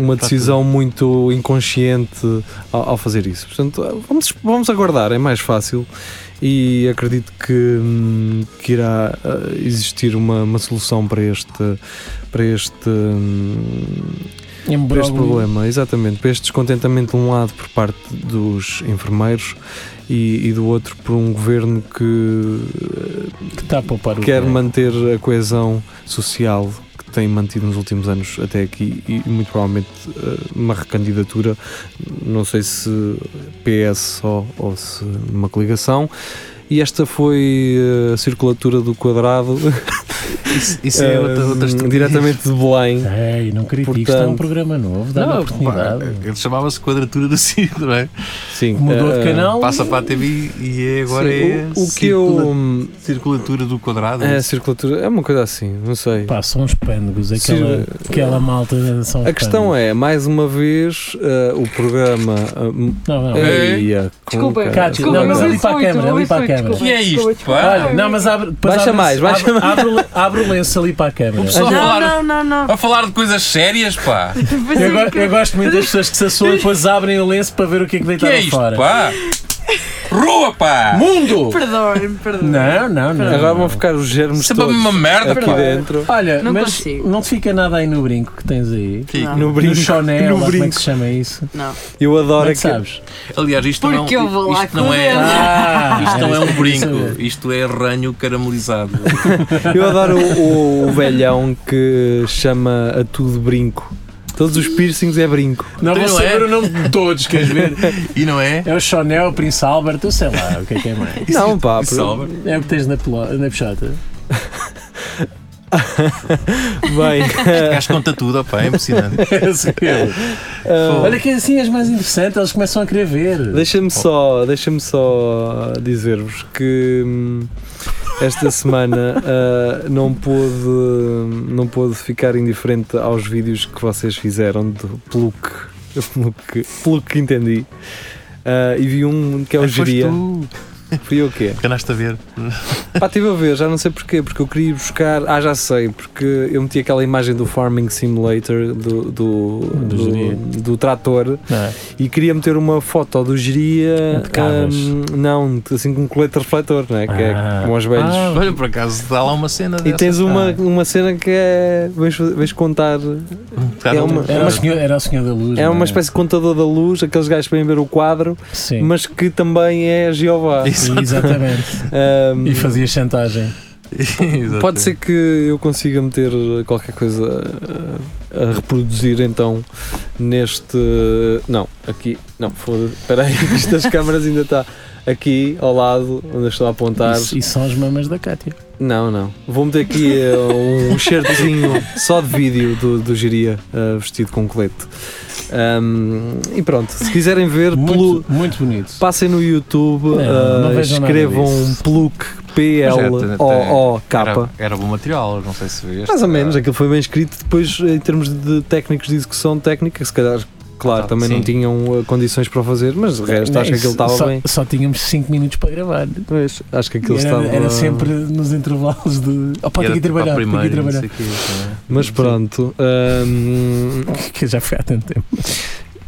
[SPEAKER 3] uma decisão muito inconsciente ao, ao fazer isso. Portanto, vamos, vamos aguardar, é mais fácil. E acredito que, hum, que irá eh, existir uma, uma solução para este, para este, hum,
[SPEAKER 4] um
[SPEAKER 3] para este
[SPEAKER 4] Imbróglio.
[SPEAKER 3] problema, exatamente, para este descontentamento de um lado por parte dos enfermeiros e, e do outro por um governo que
[SPEAKER 4] que está a poupar o
[SPEAKER 3] quer
[SPEAKER 4] dinheiro.
[SPEAKER 3] manter a coesão social que tem mantido nos últimos anos até aqui e muito provavelmente eh, uma recandidatura, não sei se PS ou, ou se uma coligação. E esta foi eh, a circulatura do quadrado,
[SPEAKER 2] Isso, isso é
[SPEAKER 3] eh,
[SPEAKER 2] outra, outra estrutura.
[SPEAKER 3] diretamente de Belém.
[SPEAKER 4] Ei, não critiques,
[SPEAKER 3] Portanto-
[SPEAKER 4] está um programa novo, dá uma
[SPEAKER 2] Não, pá,
[SPEAKER 4] oportunidade.
[SPEAKER 2] ele chamava-se quadratura do círculo, não é?
[SPEAKER 3] Sim,
[SPEAKER 4] Mudou
[SPEAKER 3] eh,
[SPEAKER 4] de canal.
[SPEAKER 2] Passa para a TV e é agora
[SPEAKER 3] sim,
[SPEAKER 2] é
[SPEAKER 3] o, o que eu. hum,
[SPEAKER 2] circulatura do quadrado.
[SPEAKER 3] É, circulatura, é uma coisa assim, não sei.
[SPEAKER 4] Pá, são os pândegos, aquela,
[SPEAKER 3] Sim,
[SPEAKER 4] aquela malta são
[SPEAKER 3] a questão é, mais uma vez, eh, o programa. eh,
[SPEAKER 4] é. Não, não.
[SPEAKER 2] É.
[SPEAKER 5] Desculpa,
[SPEAKER 4] Cátia,
[SPEAKER 5] desculpa, é
[SPEAKER 4] não, mas
[SPEAKER 5] eu
[SPEAKER 4] ali
[SPEAKER 5] ouvi
[SPEAKER 4] para a
[SPEAKER 5] só oito,
[SPEAKER 4] câmara, ali para a
[SPEAKER 5] ouvi só oito,
[SPEAKER 4] câmara.
[SPEAKER 2] que é
[SPEAKER 5] desculpa,
[SPEAKER 2] isto,
[SPEAKER 5] desculpa.
[SPEAKER 2] pá?
[SPEAKER 4] Olha, não, mas abre, depois
[SPEAKER 3] Baixa
[SPEAKER 4] abre-
[SPEAKER 3] mais, baixa
[SPEAKER 4] abre, abre, o le- abre o lenço ali para a câmara.
[SPEAKER 2] pessoal-
[SPEAKER 5] Não,
[SPEAKER 2] falar.
[SPEAKER 5] não, não, não.
[SPEAKER 2] A falar de coisas sérias, pá.
[SPEAKER 4] Eu, go- eu gosto muito das pessoas que se assoam e depois abrem o lenço para ver o que é que
[SPEAKER 2] que
[SPEAKER 4] deitaram
[SPEAKER 2] é isto,
[SPEAKER 4] fora.
[SPEAKER 2] pá? Rua, pá!
[SPEAKER 4] Mundo!
[SPEAKER 5] Perdoe-me, perdoe
[SPEAKER 4] Não, não, não.
[SPEAKER 3] Agora vão ficar os germes
[SPEAKER 2] Sempre a
[SPEAKER 3] todos É
[SPEAKER 2] mesma é merda,
[SPEAKER 3] aqui
[SPEAKER 2] pá.
[SPEAKER 3] dentro.
[SPEAKER 4] Olha,
[SPEAKER 5] Não
[SPEAKER 4] mas
[SPEAKER 5] consigo.
[SPEAKER 4] não te fica nada aí no brinco que tens aí.
[SPEAKER 5] Não.
[SPEAKER 3] No
[SPEAKER 4] Ah, No
[SPEAKER 3] brinco,
[SPEAKER 4] choné,
[SPEAKER 3] no
[SPEAKER 4] ou lá como é que
[SPEAKER 3] brinco.
[SPEAKER 4] se chama isso?
[SPEAKER 5] Não.
[SPEAKER 3] Eu adoro
[SPEAKER 4] Como é
[SPEAKER 3] aquele.
[SPEAKER 4] que sabes?
[SPEAKER 2] Aliás, isto
[SPEAKER 5] Porque
[SPEAKER 2] não, é um
[SPEAKER 5] eu vou lá
[SPEAKER 2] isto não
[SPEAKER 5] com ele.
[SPEAKER 2] é.
[SPEAKER 4] Ah,
[SPEAKER 2] Isto não é um
[SPEAKER 4] saber.
[SPEAKER 2] brinco, isto é ranho caramelizado.
[SPEAKER 3] Eu adoro o, o velhão que chama a tudo brinco. Todos os piercings é brinco.
[SPEAKER 4] Não vou
[SPEAKER 2] Então não é?
[SPEAKER 4] saber o um nome de todos, queres ver?
[SPEAKER 2] E não é?
[SPEAKER 4] É o Chanel, o Prince Albert, eu sei lá o que é que é mais.
[SPEAKER 3] não, pá.
[SPEAKER 2] Isso
[SPEAKER 3] por-
[SPEAKER 2] sobra.
[SPEAKER 4] É o que tens na, pelo- na peixota.
[SPEAKER 3] Bem,
[SPEAKER 2] Gajo conta tudo, ó pá, é impressionante.
[SPEAKER 3] ah,
[SPEAKER 4] Olha que assim és mais interessante, eles começam a querer ver.
[SPEAKER 3] Deixa-me só, deixa só dizer-vos que hum, esta semana ah, não pude não pude ficar indiferente aos vídeos que vocês fizeram de pelo que, pelo que, pelo que entendi. Ah, e vi um que é o
[SPEAKER 2] Mas foste
[SPEAKER 3] Geria.
[SPEAKER 2] tu,
[SPEAKER 3] Fui eu o quê?
[SPEAKER 2] que andaste a ver.
[SPEAKER 3] Pá, tive a ver, já não sei porquê, porque eu queria ir buscar. Ah, já sei, porque eu meti aquela imagem do Farming Simulator do, do,
[SPEAKER 4] Do
[SPEAKER 3] do,
[SPEAKER 4] geria.
[SPEAKER 3] do trator
[SPEAKER 4] Não é?
[SPEAKER 3] e queria meter uma foto do geria.
[SPEAKER 4] De cabras.
[SPEAKER 3] hum, não, assim com um colete refletor, né? Que
[SPEAKER 4] Ah.
[SPEAKER 3] é com os velhos.
[SPEAKER 4] Ah,
[SPEAKER 2] Olha, por acaso dá lá uma cena
[SPEAKER 3] e
[SPEAKER 2] dessa.
[SPEAKER 3] tens uma, uma cena que é. Vens, vens contar.
[SPEAKER 2] Cara,
[SPEAKER 3] é uma-
[SPEAKER 2] não-
[SPEAKER 4] Era,
[SPEAKER 3] Mas-
[SPEAKER 4] o senhor, era o senhor da luz.
[SPEAKER 3] É
[SPEAKER 4] não
[SPEAKER 3] uma espécie de contador da luz, aqueles gajos que vêm ver o quadro,
[SPEAKER 4] Sim.
[SPEAKER 3] mas que também é Jeová.
[SPEAKER 4] Exatamente.
[SPEAKER 3] Hum,
[SPEAKER 4] e fazia chantagem.
[SPEAKER 2] Exatamente.
[SPEAKER 3] Pode ser que eu consiga meter qualquer coisa uh, a, reproduzir então neste. Não, aqui. Não, foda-se. Espera aí, que estas câmaras ainda está aqui ao lado, onde eu estou a apontar.
[SPEAKER 4] Isso, isso são as mamas da Cátia.
[SPEAKER 3] Não, não. Vou meter aqui uh, um certezinho só de vídeo do, do Giria uh, vestido com colete. Um, e pronto, se quiserem ver, pelu-
[SPEAKER 4] Muito, muito bonito.
[SPEAKER 3] passem no YouTube,
[SPEAKER 4] Não, não
[SPEAKER 3] uh,
[SPEAKER 4] vejam nada
[SPEAKER 3] escrevam
[SPEAKER 4] disso.
[SPEAKER 3] Pluk, P-L-O-O-K.
[SPEAKER 2] Era, era bom material, não sei se vês.
[SPEAKER 3] Mais ou menos, aquilo foi bem escrito. Depois, em termos de técnicos de execução técnica, se calhar, claro,
[SPEAKER 2] Ah,
[SPEAKER 3] também não
[SPEAKER 2] sim.
[SPEAKER 3] tinham eh, condições para o fazer, mas de resto, acho que aquilo
[SPEAKER 4] só,
[SPEAKER 3] estava bem.
[SPEAKER 4] Só tínhamos 5 minutos para gravar.
[SPEAKER 3] Pois, acho que aquilo
[SPEAKER 4] era,
[SPEAKER 3] estava.
[SPEAKER 4] era sempre nos intervalos de. Oh, pá, tenho que ir
[SPEAKER 2] tipo
[SPEAKER 4] trabalhar, tenho que ir trabalhar.
[SPEAKER 2] é?
[SPEAKER 3] Mas pronto, hum,
[SPEAKER 4] Que já foi há tanto tempo.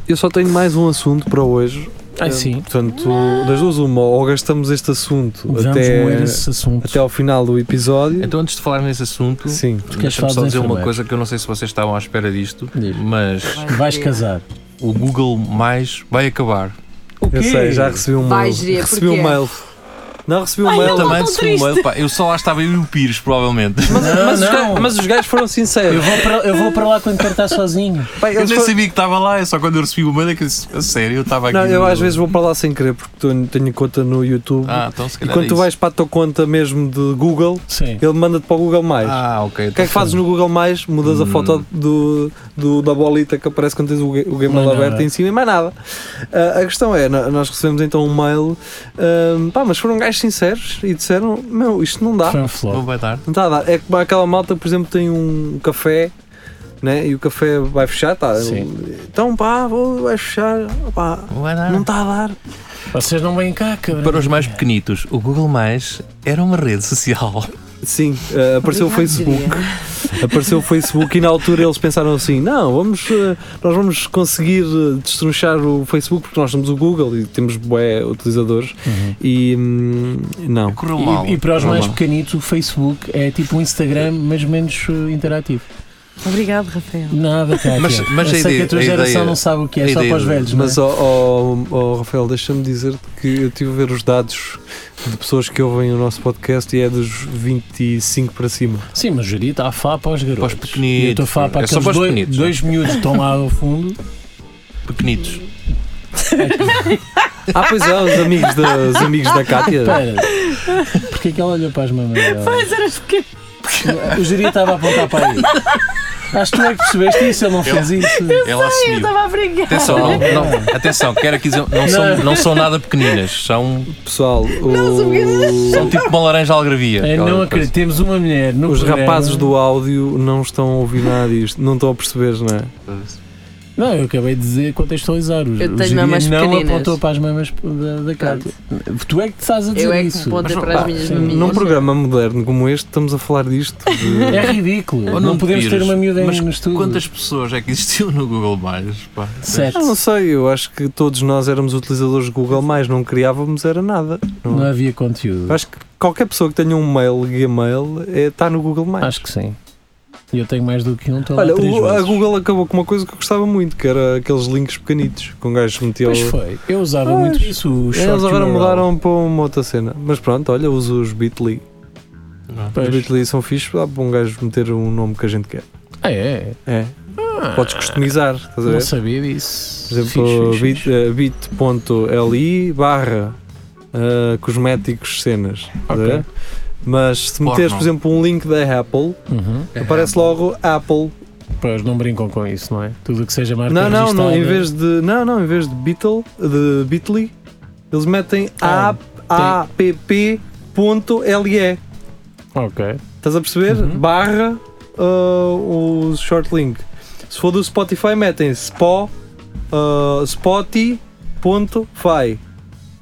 [SPEAKER 3] eu só tenho mais um assunto para hoje.
[SPEAKER 4] Ah,
[SPEAKER 3] Eh,
[SPEAKER 4] sim.
[SPEAKER 3] Portanto, das duas, uma, ou gastamos este assunto
[SPEAKER 4] Vamos
[SPEAKER 3] até,
[SPEAKER 4] moer esse assunto.
[SPEAKER 3] até ao final do episódio.
[SPEAKER 2] Então, antes de falar nesse assunto,
[SPEAKER 3] Sim,
[SPEAKER 4] queres
[SPEAKER 2] deixa-me
[SPEAKER 4] falar
[SPEAKER 2] só
[SPEAKER 4] dos
[SPEAKER 2] dizer uma
[SPEAKER 4] enfermeiros?
[SPEAKER 2] coisa que eu não sei se vocês estavam à espera disto, mas
[SPEAKER 4] Vais casar.
[SPEAKER 2] o Google Mais vai acabar.
[SPEAKER 5] O
[SPEAKER 3] eu
[SPEAKER 5] quê?
[SPEAKER 3] sei, já recebi um
[SPEAKER 5] Vai,
[SPEAKER 3] mail.
[SPEAKER 5] Jeria,
[SPEAKER 3] recebi
[SPEAKER 5] porquê?
[SPEAKER 3] um mail. Não, recebi um mail.
[SPEAKER 5] não,
[SPEAKER 2] Também
[SPEAKER 5] tão
[SPEAKER 2] recebi um mail, pá, eu só lá estava eu e o Pires, provavelmente.
[SPEAKER 3] Mas, mas
[SPEAKER 4] Não,
[SPEAKER 3] os
[SPEAKER 4] não.
[SPEAKER 3] ga- mas os gajos foram sinceros.
[SPEAKER 4] Eu vou, para, eu vou para lá quando quero estar sozinho.
[SPEAKER 3] Pá,
[SPEAKER 2] Eu
[SPEAKER 3] eles
[SPEAKER 2] nem
[SPEAKER 3] foram-
[SPEAKER 2] sabia que estava lá, é só quando eu recebi o mail é que eu disse, a sério, eu estava aqui.
[SPEAKER 3] Não, eu
[SPEAKER 2] no-
[SPEAKER 3] às vezes vou para lá sem querer porque tenho, tenho conta no YouTube.
[SPEAKER 2] Ah, então se
[SPEAKER 3] e
[SPEAKER 2] calhar.
[SPEAKER 3] quando
[SPEAKER 2] é
[SPEAKER 3] tu
[SPEAKER 2] isso.
[SPEAKER 3] vais para a tua conta mesmo de Google,
[SPEAKER 4] Sim.
[SPEAKER 3] ele manda-te para o Google Mais.
[SPEAKER 2] Ah, ok.
[SPEAKER 3] o que é que fazes no Google Mais? Mudas a
[SPEAKER 2] Hum.
[SPEAKER 3] foto do, do- da bolita que aparece quando tens o, ga- o Gmail
[SPEAKER 4] Não é
[SPEAKER 3] aberto
[SPEAKER 4] nada.
[SPEAKER 3] em cima e mais nada. Ah, a questão é, no- nós recebemos então um mail, ah, pá, mas foram gajos sinceros e disseram: Meu, isto não dá.
[SPEAKER 4] Foi um
[SPEAKER 2] Não
[SPEAKER 4] flop.
[SPEAKER 2] então vai dar.
[SPEAKER 3] Não está a dar. É como aquela malta, por exemplo, tem um café né, e o café vai fechar, tá?
[SPEAKER 4] Sim. Ah.
[SPEAKER 3] Então pá, vou, vai fechar, pá,
[SPEAKER 2] Não vai dar.
[SPEAKER 3] não tá- está a dar.
[SPEAKER 4] Vocês não vêm cá, cabrão.
[SPEAKER 2] Para os mais pequenitos, o Google Mais era uma rede social.
[SPEAKER 3] Sim, eh, apareceu o
[SPEAKER 5] Obrigado,
[SPEAKER 3] Facebook.
[SPEAKER 5] diria.
[SPEAKER 3] Apareceu o Facebook e na altura eles pensaram assim: não, vamos, eh, nós vamos conseguir eh, destronchar o Facebook porque nós somos o Google e temos bué utilizadores.
[SPEAKER 4] Uhum.
[SPEAKER 3] E hum, não.
[SPEAKER 2] Correu mal.
[SPEAKER 4] E, e para os
[SPEAKER 2] Correu
[SPEAKER 4] mais
[SPEAKER 2] mal.
[SPEAKER 4] pequenitos, o Facebook é tipo um Instagram, mas menos uh, interativo.
[SPEAKER 5] Obrigado, Rafael.
[SPEAKER 4] Nada, Cátia.
[SPEAKER 2] Mas- mas
[SPEAKER 4] Eu
[SPEAKER 2] a
[SPEAKER 4] sei
[SPEAKER 2] ideia-
[SPEAKER 4] que a tua
[SPEAKER 2] a
[SPEAKER 4] geração
[SPEAKER 2] ideia-
[SPEAKER 4] não sabe o que
[SPEAKER 2] a
[SPEAKER 4] é, só
[SPEAKER 2] ideia
[SPEAKER 4] para os
[SPEAKER 2] do-
[SPEAKER 4] velhos.
[SPEAKER 3] Mas,
[SPEAKER 4] não
[SPEAKER 3] ó ó, ó, Rafael, deixa-me dizer que eu estive a ver os dados de pessoas que ouvem o nosso podcast e é dos 25 para cima.
[SPEAKER 4] é? Sim, mas o juri está a falar para os garotos.
[SPEAKER 2] Para os pequenitos.
[SPEAKER 4] E eu estou a falar para
[SPEAKER 2] É só
[SPEAKER 4] aqueles
[SPEAKER 2] para os
[SPEAKER 4] dois,
[SPEAKER 2] pequenitos,
[SPEAKER 4] dois miúdos que estão lá ao fundo.
[SPEAKER 2] Pequenitos.
[SPEAKER 3] Ah, pois é, os amigos da, os amigos da
[SPEAKER 2] É.
[SPEAKER 3] Cátia.
[SPEAKER 4] Espera, porquê é que ela olhou para as mamas dela?
[SPEAKER 5] Mas eras pequeno.
[SPEAKER 4] O juri estava a apontar para aí. Acho que tu é que percebeste isso, ele não fez isso.
[SPEAKER 2] Ela
[SPEAKER 5] Eu
[SPEAKER 2] assumiu.
[SPEAKER 5] estava a brincar.
[SPEAKER 2] Atenção, não, não- atenção, quero aqui dizer, não são, não são nada pequeninas, são,
[SPEAKER 3] Pessoal,
[SPEAKER 2] são
[SPEAKER 3] o,
[SPEAKER 2] tipo uma laranja algravia.
[SPEAKER 4] Eu É, não
[SPEAKER 2] Aquela
[SPEAKER 4] acredito. Temos uma mulher no
[SPEAKER 3] os
[SPEAKER 4] programa-
[SPEAKER 3] rapazes do áudio não estão a ouvir nada disto, não estão a perceber, não é?
[SPEAKER 2] coisa.
[SPEAKER 4] Não, eu acabei de dizer, contextualizar. O,
[SPEAKER 5] Eu
[SPEAKER 4] o
[SPEAKER 5] tenho
[SPEAKER 4] juri
[SPEAKER 5] mamas
[SPEAKER 4] não
[SPEAKER 5] pequeninas.
[SPEAKER 4] apontou para as mamas da, da Cátia. Tu é que te estás a dizer
[SPEAKER 5] Eu é que
[SPEAKER 4] isso.
[SPEAKER 5] me pontei
[SPEAKER 2] Mas,
[SPEAKER 5] para
[SPEAKER 2] pá,
[SPEAKER 5] as minhas
[SPEAKER 4] sim,
[SPEAKER 5] maminhas.
[SPEAKER 3] Num programa moderno como este, estamos a falar disto. de-
[SPEAKER 4] É ridículo.
[SPEAKER 2] Ou
[SPEAKER 3] Oh,
[SPEAKER 4] Não,
[SPEAKER 2] não
[SPEAKER 4] podemos
[SPEAKER 2] pires,
[SPEAKER 4] ter uma miúda
[SPEAKER 2] mas
[SPEAKER 4] em no estúdio.
[SPEAKER 2] Quantas pessoas é que existiam no Google Mais? Pá?
[SPEAKER 4] Sete.
[SPEAKER 3] Eu Ah, não sei, eu acho que todos nós éramos utilizadores de Google, mais não criávamos era nada.
[SPEAKER 4] Não havia conteúdo.
[SPEAKER 3] Eu acho que qualquer pessoa que tenha um mail, Gmail, é, está no Google Mais.
[SPEAKER 4] Acho que sim. E eu tenho mais do que um, estou lá
[SPEAKER 3] Olha,
[SPEAKER 4] três
[SPEAKER 3] o- a
[SPEAKER 4] vezes.
[SPEAKER 3] Google acabou com uma coisa que eu gostava muito, que era aqueles links pequenitos, com gajos que um metiam...
[SPEAKER 4] Pois foi. Eu usava
[SPEAKER 3] Pois.
[SPEAKER 4] muito isso. o short
[SPEAKER 3] É, Eles agora
[SPEAKER 4] URL.
[SPEAKER 3] mudaram para uma outra cena. Mas pronto, olha, uso os Bitly.
[SPEAKER 2] Não.
[SPEAKER 3] Os
[SPEAKER 4] Pois.
[SPEAKER 3] Bitly são fixos, dá para um gajo meter um nome que a gente quer.
[SPEAKER 4] Ah, é?
[SPEAKER 3] É. Podes customizar, estás a
[SPEAKER 4] Não
[SPEAKER 3] ver?
[SPEAKER 4] sabia disso.
[SPEAKER 3] Por exemplo,
[SPEAKER 4] Fixe, fixe,
[SPEAKER 3] bit-
[SPEAKER 4] fixe.
[SPEAKER 3] eh, bit.li barra eh, cosméticos cenas. estás a
[SPEAKER 4] Ok.
[SPEAKER 3] ver? Mas se meteres, por
[SPEAKER 2] Porno.
[SPEAKER 3] exemplo, um link da Apple,
[SPEAKER 4] Uhum.
[SPEAKER 3] aparece logo Apple.
[SPEAKER 4] Pois, É, não brincam com isso, não é? Tudo o que seja marca
[SPEAKER 3] Não, não, não,
[SPEAKER 4] registrada.
[SPEAKER 3] em vez de, não, não, em vez de Beatle, de Bitly, eles metem
[SPEAKER 4] Ah,
[SPEAKER 3] a- app.le.
[SPEAKER 4] Ok.
[SPEAKER 3] Estás a perceber?
[SPEAKER 4] Uhum.
[SPEAKER 3] Barra uh, o short link. Se for do Spotify, metem spo, uh, spotty.fi.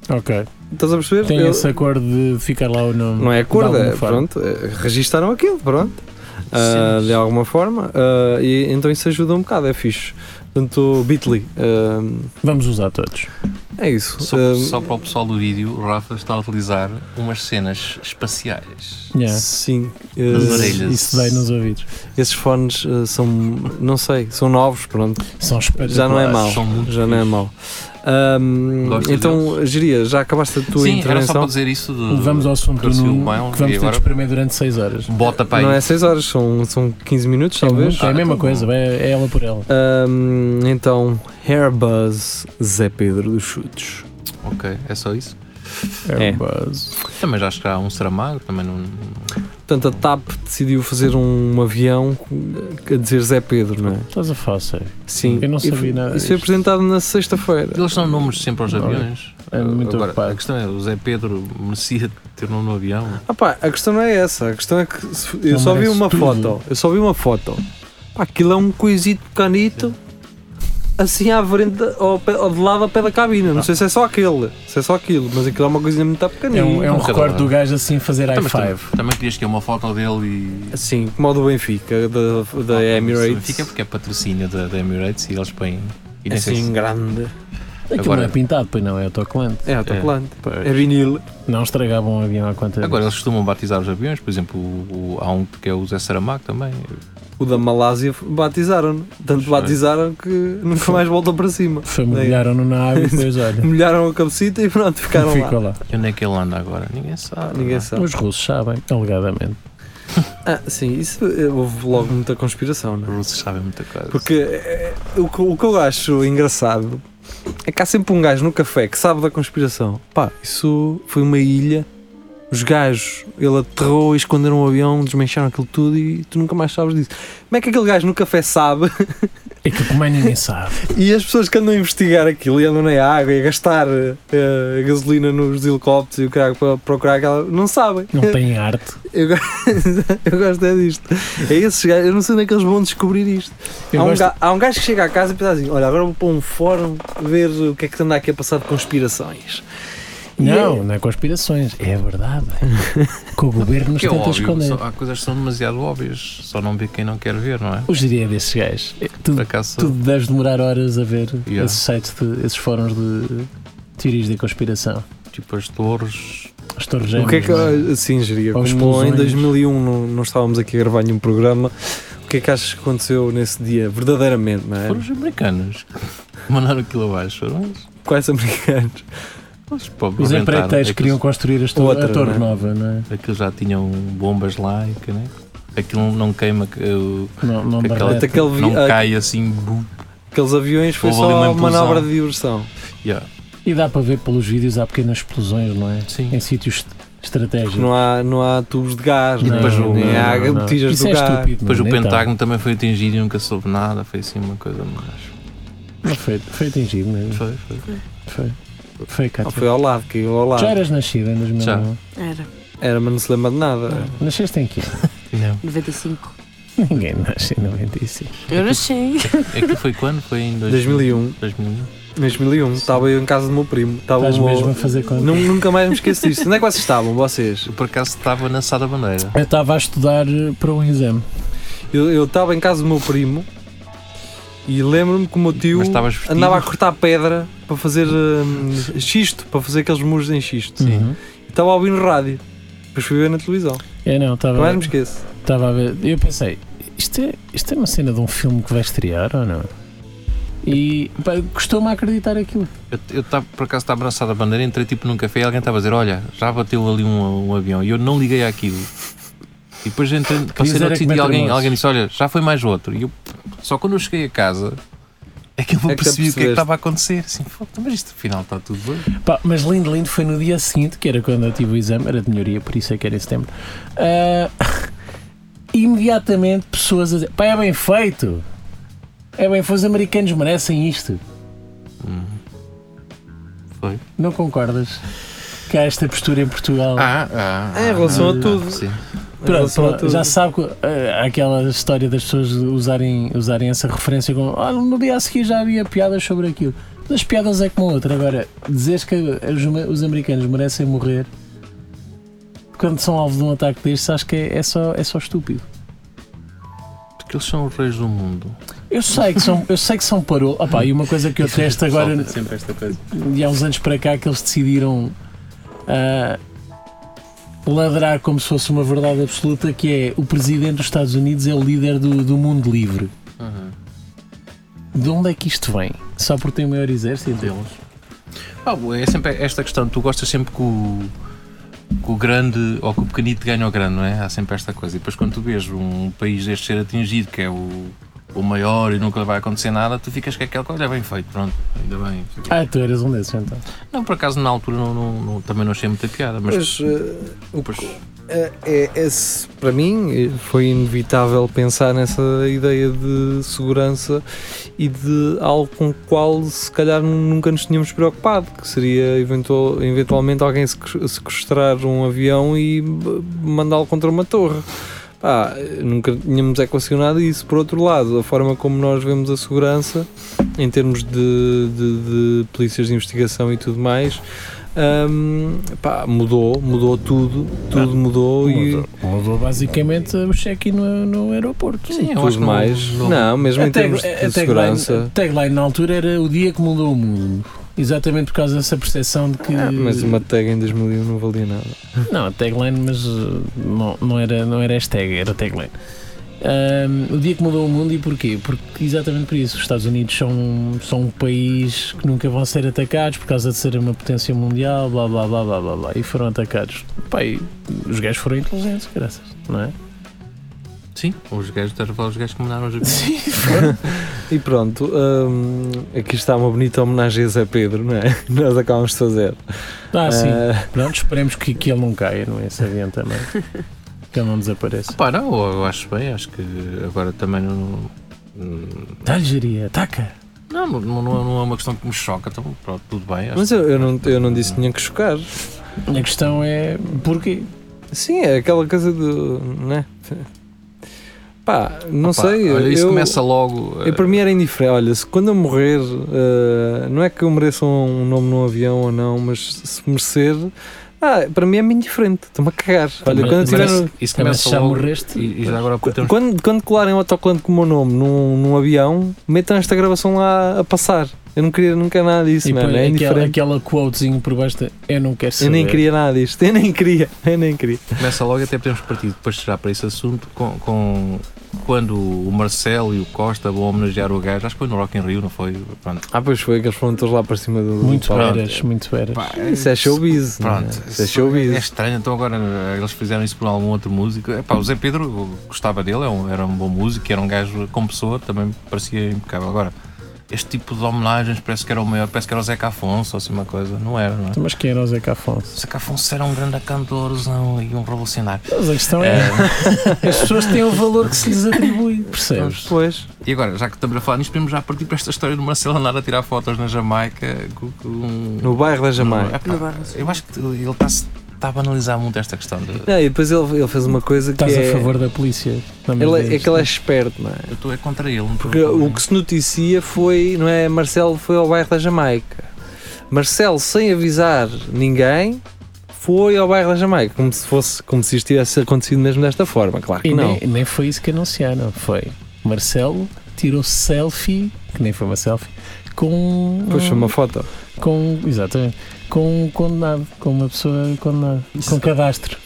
[SPEAKER 4] Ok.
[SPEAKER 3] Estás a perceber?
[SPEAKER 4] Tem
[SPEAKER 3] Eu-
[SPEAKER 4] esse acordo de ficar lá ou não.
[SPEAKER 3] não é acordo,
[SPEAKER 4] de
[SPEAKER 3] é,
[SPEAKER 4] alguma forma.
[SPEAKER 3] pronto, é, registaram aquilo, pronto. Ah, de alguma forma, ah, e então isso ajuda um bocado, é fixe. Portanto, Bitly, ah,
[SPEAKER 4] Vamos usar todos.
[SPEAKER 3] é isso.
[SPEAKER 2] Só,
[SPEAKER 3] Ah,
[SPEAKER 2] só para o pessoal do vídeo, o Rafa está a utilizar umas cenas espaciais.
[SPEAKER 4] Yeah.
[SPEAKER 3] Sim,
[SPEAKER 2] As
[SPEAKER 3] ah,
[SPEAKER 2] orelhas.
[SPEAKER 4] Isso dói nos ouvidos.
[SPEAKER 3] esses fones ah, são, não sei, são novos, pronto,
[SPEAKER 4] São
[SPEAKER 3] já não é mau,
[SPEAKER 2] São muito
[SPEAKER 3] já não é
[SPEAKER 2] fixe.
[SPEAKER 3] mau. Ah,
[SPEAKER 2] Gosto
[SPEAKER 3] então, Giria, já acabaste a tua
[SPEAKER 2] Sim, era só para
[SPEAKER 3] intervenção?
[SPEAKER 2] dizer isso. De,
[SPEAKER 4] Vamos ao assunto do
[SPEAKER 2] Curse
[SPEAKER 4] Nuno,
[SPEAKER 2] Mile,
[SPEAKER 4] que vamos
[SPEAKER 2] um e
[SPEAKER 4] ter de
[SPEAKER 2] agora-
[SPEAKER 4] espremer durante 6 horas.
[SPEAKER 2] Bota para
[SPEAKER 3] Não
[SPEAKER 2] aí.
[SPEAKER 3] é 6 horas, são, são 15 minutos,
[SPEAKER 4] É
[SPEAKER 3] talvez.
[SPEAKER 4] muito, É a
[SPEAKER 2] Ah, tá
[SPEAKER 4] mesma coisa, é é ela por ela.
[SPEAKER 3] Ahm, então, Airbus Zé Pedro dos Chutes.
[SPEAKER 2] Ok, é só isso.
[SPEAKER 4] um
[SPEAKER 3] É.
[SPEAKER 4] base.
[SPEAKER 2] Também já acho que há um será magro, também não.
[SPEAKER 3] Portanto, a TAP decidiu fazer um avião eh, a dizer Zé Pedro, não é?
[SPEAKER 4] Estás a falar sério.
[SPEAKER 3] Sim.
[SPEAKER 4] Eu não
[SPEAKER 3] E
[SPEAKER 4] sabia
[SPEAKER 3] foi-
[SPEAKER 4] nada
[SPEAKER 3] Isso foi
[SPEAKER 4] disto.
[SPEAKER 3] apresentado na sexta-feira.
[SPEAKER 2] Eles são números sempre aos
[SPEAKER 4] Olha,
[SPEAKER 2] aviões.
[SPEAKER 4] é muito
[SPEAKER 2] Uh, Agora,
[SPEAKER 4] ocupado.
[SPEAKER 2] a questão é, o Zé Pedro merecia ter nome no avião.
[SPEAKER 3] Ah pá, a questão não é essa. A questão é que se- eu
[SPEAKER 4] Não
[SPEAKER 3] só vi
[SPEAKER 4] merece
[SPEAKER 3] uma
[SPEAKER 4] tudo.
[SPEAKER 3] foto. Eu só vi uma foto. Pá, aquilo é um coisito pequenito. Assim à frente, ao pé- ao de lado ao pé da cabina.
[SPEAKER 4] Ah.
[SPEAKER 3] Não sei se é só aquele, se é só aquilo, mas aquilo é uma coisinha muito pequenina.
[SPEAKER 4] É um, é um
[SPEAKER 2] Nunca
[SPEAKER 4] recorde
[SPEAKER 2] dá. Então,
[SPEAKER 4] do gajo assim fazer
[SPEAKER 2] Também,
[SPEAKER 4] i5.
[SPEAKER 2] também, Tá, também querias que é uma foto dele e.
[SPEAKER 3] Sim, Assim, como o do Benfica, da, da Emirates.
[SPEAKER 2] Fica porque é patrocínio da, da Emirates e eles põem. E nem sei
[SPEAKER 3] assim,
[SPEAKER 2] se-
[SPEAKER 3] grande.
[SPEAKER 4] Aquilo
[SPEAKER 2] Agora-
[SPEAKER 4] não é pintado, pois não, é autocolante.
[SPEAKER 3] É autocolante. É, vinil.
[SPEAKER 4] Não estragava um avião há quanto
[SPEAKER 3] é.
[SPEAKER 2] Agora eles costumam batizar os aviões, por exemplo, o, o- há um que é o Zé Saramago também.
[SPEAKER 3] O da Malásia batizaram. Tanto batizaram que nunca mais voltou para cima.
[SPEAKER 4] Familiaram-no na água e depois, olha,
[SPEAKER 3] Molharam a cabecita e pronto, ficaram lá.
[SPEAKER 4] ficou lá.
[SPEAKER 2] E onde é que ele anda agora? Ninguém sabe.
[SPEAKER 3] Ninguém
[SPEAKER 2] não é?
[SPEAKER 3] sabe.
[SPEAKER 4] Os russos sabem, alegadamente.
[SPEAKER 3] Ah, sim, isso eh, houve logo muita conspiração, não é?
[SPEAKER 2] Os russos sabem muita coisa.
[SPEAKER 3] Porque eh, o, que- o que eu acho engraçado é que há sempre um gajo no café que sabe da conspiração. Pá, isso foi uma ilha. Os gajos, ele aterrou e esconderam o avião, desmancharam aquilo tudo e tu nunca mais sabes disso. Como é que aquele gajo no café sabe
[SPEAKER 4] É que também ninguém sabe.
[SPEAKER 3] E as pessoas que andam a investigar aquilo e andam na água e a gastar eh, gasolina nos helicópteros e o caralho para procurar aquela. não sabem.
[SPEAKER 4] Não tem arte.
[SPEAKER 3] Eu, go- eu gosto é disto. É esses gajos, eu não sei onde é que eles vão descobrir isto.
[SPEAKER 4] Eu
[SPEAKER 3] Há um,
[SPEAKER 4] gosto-
[SPEAKER 3] ga- há um gajo que chega à casa e pensa assim: olha, agora vou para um fórum ver o que é que anda aqui a passar de conspirações. E
[SPEAKER 4] Não, não é conspirações. É verdade. que o governo nos
[SPEAKER 2] Porque é
[SPEAKER 4] tenta
[SPEAKER 2] óbvio,
[SPEAKER 4] esconder.
[SPEAKER 2] só- há coisas que são demasiado óbvias, só não vê quem não quer ver, não é?
[SPEAKER 4] Eu diria desses gajos. É,
[SPEAKER 2] Por
[SPEAKER 4] Tu,
[SPEAKER 2] acaso,
[SPEAKER 4] tu deves demorar horas a ver
[SPEAKER 2] Yeah.
[SPEAKER 4] esses sites, de, esses fóruns de teorias da conspiração.
[SPEAKER 2] tipo as torres.
[SPEAKER 4] As torres
[SPEAKER 3] O que é que
[SPEAKER 4] gêmeas, não é?
[SPEAKER 3] assim, geria?
[SPEAKER 4] Ou
[SPEAKER 3] Como em
[SPEAKER 4] explosões.
[SPEAKER 3] 2001 não, não estávamos aqui a gravar nenhum programa, o que é que achas que aconteceu nesse dia, verdadeiramente, não é?
[SPEAKER 2] Foram os americanos. Mandaram aquilo abaixo, foram eles.
[SPEAKER 3] Quais americanos?
[SPEAKER 2] Eles, pô,
[SPEAKER 4] Os
[SPEAKER 2] inventaram.
[SPEAKER 4] empreiteiros
[SPEAKER 2] Aqueles-
[SPEAKER 4] queriam construir as tor-
[SPEAKER 3] Outra,
[SPEAKER 4] a torre
[SPEAKER 3] não é?
[SPEAKER 4] nova, não é?
[SPEAKER 2] Aquilo já tinham bombas lá e que, né? Aquilo não queima, que, uh,
[SPEAKER 4] Não, não
[SPEAKER 2] Aquela-
[SPEAKER 4] barreta.
[SPEAKER 3] Até aquele, vi- ah,
[SPEAKER 2] não
[SPEAKER 3] a-
[SPEAKER 2] cai assim. bu-
[SPEAKER 3] Aqueles aviões foi
[SPEAKER 2] Houve
[SPEAKER 3] só
[SPEAKER 2] ali uma
[SPEAKER 3] uma
[SPEAKER 2] implosão.
[SPEAKER 3] manobra de diversão.
[SPEAKER 2] Yeah.
[SPEAKER 4] E dá para ver pelos vídeos, há pequenas explosões, não é?
[SPEAKER 2] Sim.
[SPEAKER 4] Em sítios est- estratégicos.
[SPEAKER 3] Não há, não há tubos de gás,
[SPEAKER 2] E
[SPEAKER 3] não, é?
[SPEAKER 2] depois o-
[SPEAKER 3] nem
[SPEAKER 2] não,
[SPEAKER 3] há
[SPEAKER 2] não, não.
[SPEAKER 3] botijas
[SPEAKER 4] Isso
[SPEAKER 3] do
[SPEAKER 4] é
[SPEAKER 3] gás.
[SPEAKER 4] estúpido.
[SPEAKER 2] Depois
[SPEAKER 4] mano,
[SPEAKER 2] o
[SPEAKER 4] nem tá.
[SPEAKER 2] Pentágono também foi atingido e nunca soube nada. Foi assim uma coisa mais.
[SPEAKER 4] Mas Foi, foi atingido mesmo.
[SPEAKER 2] Foi, foi.
[SPEAKER 4] Foi. Foi, cá.
[SPEAKER 3] Não, foi ao lado, caiu ao lado.
[SPEAKER 4] Já eras nascido em 2000.
[SPEAKER 2] Já.
[SPEAKER 4] não?
[SPEAKER 5] Era
[SPEAKER 3] Era, mas não se lembra de nada.
[SPEAKER 4] É. Nasceste em que? ano?
[SPEAKER 2] Não.
[SPEAKER 5] 95.
[SPEAKER 4] Ninguém nasce em 95.
[SPEAKER 5] Eu nasci.
[SPEAKER 2] Aquilo É foi quando? Foi em 2000.
[SPEAKER 3] 2001,
[SPEAKER 2] 2001.
[SPEAKER 3] Em 2001, estava eu em casa do meu primo. Estava
[SPEAKER 4] Estás
[SPEAKER 3] um o meu-
[SPEAKER 4] mesmo a fazer conta.
[SPEAKER 3] Nun- Nunca mais me esqueço disso. Onde é que vocês estavam, vocês?
[SPEAKER 2] Eu por acaso estava na Sala Bandeira.
[SPEAKER 4] Eu estava a estudar eh, para um exame.
[SPEAKER 3] Eu eu estava em casa do meu primo e lembro-me que o meu tio
[SPEAKER 2] Mas estavas vestido?
[SPEAKER 3] andava a cortar pedra para fazer hum, xisto, para fazer aqueles muros em xisto.
[SPEAKER 4] Uhum.
[SPEAKER 3] Estava a ouvir no rádio. Depois fui ver na televisão.
[SPEAKER 4] Eu É, não,
[SPEAKER 3] Nunca mais
[SPEAKER 4] estava
[SPEAKER 3] me esqueço.
[SPEAKER 4] estava a ver. Eu pensei, isto é, isto é uma cena de um filme que vai estrear ou não? E pá, custou-me a acreditar aquilo.
[SPEAKER 2] Eu, eu tava, por acaso estava na Sala Bandeira, entrei tipo num café e alguém estava a dizer: Olha, já bateu ali um, um avião. E eu não liguei àquilo. E depois entrei, passei
[SPEAKER 4] dizer
[SPEAKER 2] no
[SPEAKER 4] é que
[SPEAKER 2] outro sítio e
[SPEAKER 4] metem
[SPEAKER 2] alguém,
[SPEAKER 4] nós.
[SPEAKER 2] alguém disse: Olha, já foi mais outro. E eu, só quando eu cheguei a casa. É que eu não
[SPEAKER 3] É que te
[SPEAKER 2] percebi o que é que
[SPEAKER 3] apercebeste.
[SPEAKER 2] estava a acontecer. Assim, "Fogo, mas isto afinal está tudo bem.
[SPEAKER 4] Pá, mas lindo, lindo foi no dia seguinte, que era quando eu tive o exame, era de melhoria, por isso é que era em setembro. Ah, imediatamente pessoas a dizer: pá, é bem feito! É bem feito, os americanos merecem isto.
[SPEAKER 2] Foi.
[SPEAKER 4] Não concordas? Que há esta postura em Portugal.
[SPEAKER 2] Ah, ah,
[SPEAKER 3] Em relação a tudo.
[SPEAKER 2] Sim.
[SPEAKER 3] Em
[SPEAKER 4] Pronto,
[SPEAKER 3] relação a tudo.
[SPEAKER 4] já sabe que, eh, aquela história das pessoas usarem, usarem essa referência como "Ah, no dia a seguir já havia piadas sobre aquilo. As piadas é como outra. Agora, dizeres que os, os americanos merecem morrer quando são alvo de um ataque destes, acho que é, é só, é só estúpido.
[SPEAKER 2] Porque eles são os reis do mundo.
[SPEAKER 4] Eu sei que são, eu sei que são parou. Opá, e uma coisa que eu testo agora,
[SPEAKER 2] Falta sempre esta coisa.
[SPEAKER 4] e há uns anos para cá, que eles decidiram ah, ladrar como se fosse uma verdade absoluta, que é o presidente dos Estados Unidos é o líder do, do mundo livre.
[SPEAKER 2] Uhum.
[SPEAKER 4] De onde é que isto vem? Só porque tem o maior exército deles?
[SPEAKER 2] Ah, bom, é sempre esta questão, tu gostas sempre que o, que o grande ou que o pequenito ganha o grande, não é? Há sempre esta coisa. E depois quando tu vês um país deste ser atingido, que é o, o maior e nunca vai acontecer nada, tu ficas com aquela coisa, olha, bem feito, pronto, ainda bem.
[SPEAKER 4] Ah, tu eras um desses então.
[SPEAKER 2] Não, por acaso na altura não, não- não- também não achei muita piada, mas,
[SPEAKER 3] Mas eh, o-
[SPEAKER 2] pois,
[SPEAKER 3] eh, é, esse, para mim eh, foi inevitável pensar nessa ideia de segurança e de algo com o qual se calhar nunca nos tínhamos preocupado, que seria eventual- eventualmente alguém sequ- sequestrar um avião e b- mandá-lo contra uma torre. Pá, eh, nunca tínhamos equacionado isso. Por outro lado, a forma como nós vemos a segurança, em termos de, de- de polícias de investigação e tudo mais, hum, pá, mudou, mudou tudo, tudo mudou,
[SPEAKER 4] Mudou, mudou basicamente o check-in no, no aeroporto.
[SPEAKER 2] sim,
[SPEAKER 3] e
[SPEAKER 2] eu acho
[SPEAKER 3] tudo
[SPEAKER 2] que não-
[SPEAKER 3] mais.
[SPEAKER 2] não- é-
[SPEAKER 3] Não, mesmo em
[SPEAKER 4] A tag-
[SPEAKER 3] termos
[SPEAKER 4] a
[SPEAKER 3] de
[SPEAKER 4] tagline-
[SPEAKER 3] segurança.
[SPEAKER 4] A tagline na altura era o dia que mudou o mundo. Exatamente por causa dessa percepção de que.
[SPEAKER 2] é-
[SPEAKER 3] Ah, mas uma tag em 2001 não valia nada.
[SPEAKER 4] Não, tagline, mas uh, não, não, era, não era hashtag, era tagline. Ahm, o dia que mudou o mundo e porquê? Porque exatamente por isso. Os Estados Unidos são, são um país que nunca vão ser atacados por causa de ser uma potência mundial, blá blá blá blá blá, blá e foram atacados. Pá, e os gajos foram inteligentes, graças, não é?
[SPEAKER 2] Sim, os gajos, estás a falar os gajos que mandaram os aviões.
[SPEAKER 4] Sim,
[SPEAKER 3] E pronto, hum, aqui está uma bonita homenagem a Zé Pedro, não é? Nós acabamos de fazer.
[SPEAKER 4] Ah, sim.
[SPEAKER 3] Ah,
[SPEAKER 4] Pronto, esperemos que, que ele não caia, não é? Esse avião também. Que ele não desapareça.
[SPEAKER 2] Pá, não, eu acho bem, acho que agora também não. Não,
[SPEAKER 4] Talgeria, ataca!
[SPEAKER 2] não, não, não é uma questão que me choca, então pronto, tudo bem. acho
[SPEAKER 3] mas eu, eu não, eu não disse que tinha que chocar.
[SPEAKER 4] A questão é porquê?
[SPEAKER 3] Sim, é aquela coisa do. né? Pá, não
[SPEAKER 2] Pá,
[SPEAKER 3] sei.
[SPEAKER 2] Olha, isso
[SPEAKER 3] eu,
[SPEAKER 2] começa logo. eh,
[SPEAKER 3] eu, para mim era indiferente. Olha, se quando eu morrer, eh, não é que eu mereça um, um nome num avião ou não, mas se merecer, ah, para mim é-me indiferente. Estou-me a cagar. Olha,
[SPEAKER 4] Também-
[SPEAKER 3] quando eu
[SPEAKER 2] Isso
[SPEAKER 3] tiver.
[SPEAKER 4] também-
[SPEAKER 3] no-
[SPEAKER 2] isso
[SPEAKER 4] Também
[SPEAKER 2] um- começa
[SPEAKER 4] se já
[SPEAKER 2] logo-
[SPEAKER 4] morreste?
[SPEAKER 2] E, e já agora portanto,
[SPEAKER 3] Quando, quando colarem o autocolante com o meu nome num, num avião, metam esta gravação lá a passar. Eu não queria nunca nada disso,
[SPEAKER 4] E
[SPEAKER 3] mano.
[SPEAKER 4] põe
[SPEAKER 3] É
[SPEAKER 4] aquela,
[SPEAKER 3] indiferente.
[SPEAKER 4] aquela quotezinho por baixo de, Eu não quero saber.
[SPEAKER 3] Eu nem queria nada disto. Eu nem queria. Eu nem queria.
[SPEAKER 2] começa logo até podemos partir depois já para esse assunto com, com- quando o Marcelo e o Costa vão homenagear o gajo, acho que foi no Rock in Rio, não foi? Pronto.
[SPEAKER 3] Ah, pois foi, que eles foram todos lá para cima do. do
[SPEAKER 4] Muito
[SPEAKER 3] palco.
[SPEAKER 4] veras, muito veras.
[SPEAKER 2] Pá,
[SPEAKER 3] Isso é showbiz. não é?
[SPEAKER 2] Pronto,
[SPEAKER 3] Isso é showbiz.
[SPEAKER 2] é estranho, então agora eh, eles fizeram isso por algum outro músico. Epá, o Zé Pedro eu gostava dele, é um- era um bom músico, era um gajo como pessoa, também parecia impecável. Agora, este tipo de homenagens parece que era o maior, parece que era o Zeca Afonso ou assim uma coisa, não era, não é?
[SPEAKER 4] Mas quem era o Zeca Afonso?
[SPEAKER 2] Zeca Afonso era um grande cantorzão e um revolucionário.
[SPEAKER 4] Mas a questão é,
[SPEAKER 2] Eh,
[SPEAKER 4] as pessoas têm o valor que se lhes atribui, percebes?
[SPEAKER 3] Pois.
[SPEAKER 2] E agora, já que estamos a falar nisto, podemos já partir para esta história do Marcelo andar a tirar fotos na Jamaica com, com um.
[SPEAKER 3] No bairro da Jamaica.
[SPEAKER 2] É pá,
[SPEAKER 5] No bairro do Sul.
[SPEAKER 2] eu acho que ele está tá a banalizar muito esta questão. De,
[SPEAKER 3] Não, e depois ele, ele fez uma coisa que.
[SPEAKER 4] Estás
[SPEAKER 3] é,
[SPEAKER 4] a favor da polícia? Não me
[SPEAKER 3] Ele, é
[SPEAKER 4] digas.
[SPEAKER 3] que ele é esperto, não é?
[SPEAKER 2] eu estou é contra ele. não tô-
[SPEAKER 3] Porque o que se noticia foi, não é? Marcelo foi ao bairro da Jamaica. Marcelo, sem avisar ninguém, foi ao bairro da Jamaica, como se fosse, como se isto tivesse acontecido mesmo desta forma, claro que
[SPEAKER 4] E
[SPEAKER 3] não.
[SPEAKER 4] nem, nem foi isso que anunciaram, foi Marcelo tirou selfie, que nem foi uma selfie, com um-
[SPEAKER 3] Pois foi uma foto.
[SPEAKER 4] com um- exatamente com um condenado, com uma pessoa condenada, com cadastro.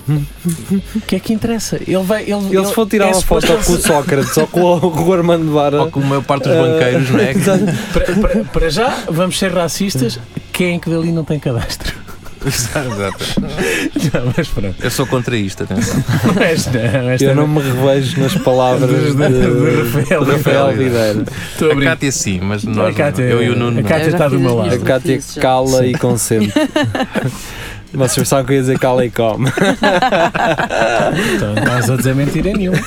[SPEAKER 4] O que é que interessa? Ele vai, ele,
[SPEAKER 3] Hum. Ele se for tirar
[SPEAKER 4] é
[SPEAKER 3] uma foto
[SPEAKER 4] suposto
[SPEAKER 3] com o
[SPEAKER 4] ele se-
[SPEAKER 3] Sócrates ou com o com o Armando
[SPEAKER 2] Ou
[SPEAKER 3] Vara.
[SPEAKER 2] como a maior parte dos
[SPEAKER 3] eh,
[SPEAKER 2] banqueiros, não é? Que-
[SPEAKER 3] exato.
[SPEAKER 4] para, para- para já vamos ser racistas. Quem é que dali não tem cadastro?
[SPEAKER 2] Exato, exato.
[SPEAKER 4] Não, mas pronto.
[SPEAKER 2] Eu sou contra isto, atenção.
[SPEAKER 4] Mas não, esta
[SPEAKER 3] Eu não me revejo nas palavras
[SPEAKER 4] Do-
[SPEAKER 3] de,
[SPEAKER 4] do- do Rafael
[SPEAKER 3] Rafael, Videira.
[SPEAKER 4] estou a
[SPEAKER 2] a
[SPEAKER 4] brincar.
[SPEAKER 2] Cátia sim, mas
[SPEAKER 4] A
[SPEAKER 2] nós,
[SPEAKER 4] Cátia-
[SPEAKER 2] eu e o Nuno.
[SPEAKER 4] a
[SPEAKER 2] não.
[SPEAKER 4] Cátia-
[SPEAKER 5] Eu já
[SPEAKER 4] está do
[SPEAKER 5] fiz
[SPEAKER 4] meu
[SPEAKER 5] as
[SPEAKER 4] lado.
[SPEAKER 5] minhas
[SPEAKER 3] A Cátia
[SPEAKER 5] notícias.
[SPEAKER 3] cala e consente. Vocês pensavam que eu ia dizer cala e come.
[SPEAKER 4] Então, não estás a dizer mentira nenhuma.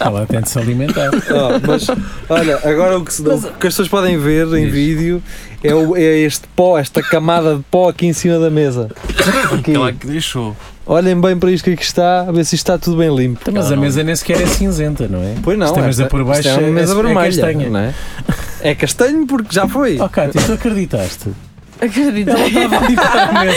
[SPEAKER 4] Ela tem de se alimentar.
[SPEAKER 3] Ah, mas olha, agora o que, se- o que as pessoas podem ver em
[SPEAKER 2] Diz.
[SPEAKER 3] vídeo é, o- é este pó, esta camada de pó aqui em cima da mesa. Aqui.
[SPEAKER 2] Aquela que deixou.
[SPEAKER 3] Olhem bem para isto que aqui está, a ver se isto está tudo bem limpo.
[SPEAKER 4] Então, mas a mesa nem sequer é cinzenta, não é?
[SPEAKER 3] Pois não,
[SPEAKER 4] Esta mesa por baixo
[SPEAKER 3] isto é
[SPEAKER 4] é-
[SPEAKER 3] uma mesa
[SPEAKER 4] é- é
[SPEAKER 3] vermelha.
[SPEAKER 4] castanha.
[SPEAKER 3] não é? É castanho porque já foi.
[SPEAKER 4] Oh, Cátia, tu acreditaste?
[SPEAKER 5] Acredito.
[SPEAKER 4] Ela estava ali para comer.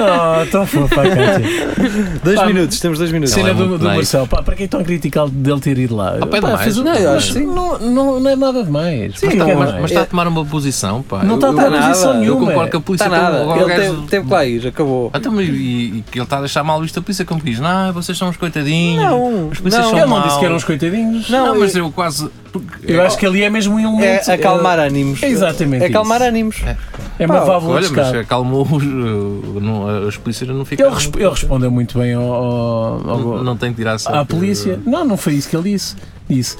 [SPEAKER 4] Oh, tão fofa, a Cátia.
[SPEAKER 3] dois
[SPEAKER 4] pá,
[SPEAKER 3] minutos, temos dois minutos.
[SPEAKER 2] Ela
[SPEAKER 4] Cena
[SPEAKER 2] é
[SPEAKER 4] do,
[SPEAKER 2] muito
[SPEAKER 4] do
[SPEAKER 2] nice.
[SPEAKER 4] Marcelo. Pá, para quem estão a criticar dele ter ido lá?
[SPEAKER 2] Ah, pá, é
[SPEAKER 4] Pá,
[SPEAKER 2] demais,
[SPEAKER 4] fez o-
[SPEAKER 2] não, eu acho
[SPEAKER 3] que sim.
[SPEAKER 4] não, não, não é nada demais.
[SPEAKER 3] Sim,
[SPEAKER 2] Mas,
[SPEAKER 4] Mas que é
[SPEAKER 2] tá, mas-
[SPEAKER 4] mais?
[SPEAKER 2] mas está a tomar uma posição, pá.
[SPEAKER 3] tá
[SPEAKER 4] Não tá está a
[SPEAKER 2] Eu-
[SPEAKER 4] tomar
[SPEAKER 2] eu-
[SPEAKER 4] posição
[SPEAKER 2] Eu
[SPEAKER 4] nenhuma.
[SPEAKER 2] concordo que a polícia
[SPEAKER 3] Está é? Tá nada.
[SPEAKER 2] agora o
[SPEAKER 3] Ele
[SPEAKER 2] gajo-
[SPEAKER 3] teve, teve que lá ir, acabou.
[SPEAKER 2] Ah, então, mas e, e que ele está a deixar mal visto a polícia, como que diz, não, vocês são uns coitadinhos.
[SPEAKER 3] Não,
[SPEAKER 2] Os polícias
[SPEAKER 3] não.
[SPEAKER 2] são
[SPEAKER 4] Ele não disse
[SPEAKER 2] maus."
[SPEAKER 4] que eram os coitadinhos.
[SPEAKER 2] Não,
[SPEAKER 3] Não,
[SPEAKER 2] mas eu quase. porque-
[SPEAKER 4] Eu acho que ali é mesmo um elemento.
[SPEAKER 3] É acalmar ânimos.
[SPEAKER 4] É exatamente
[SPEAKER 3] É acalmar
[SPEAKER 4] isso.
[SPEAKER 3] ânimos.
[SPEAKER 4] É uma
[SPEAKER 3] Pá,
[SPEAKER 4] válvula de
[SPEAKER 2] Olha, mas
[SPEAKER 4] escape.
[SPEAKER 2] acalmou os, uh, não, as polícias não
[SPEAKER 4] Ele,
[SPEAKER 2] ficaram.
[SPEAKER 4] resp ele respondeu muito bem ao, ao- ao-
[SPEAKER 2] Não, não tem que tirar essa-
[SPEAKER 4] à polícia. Não, não foi isso que ele disse. Disse.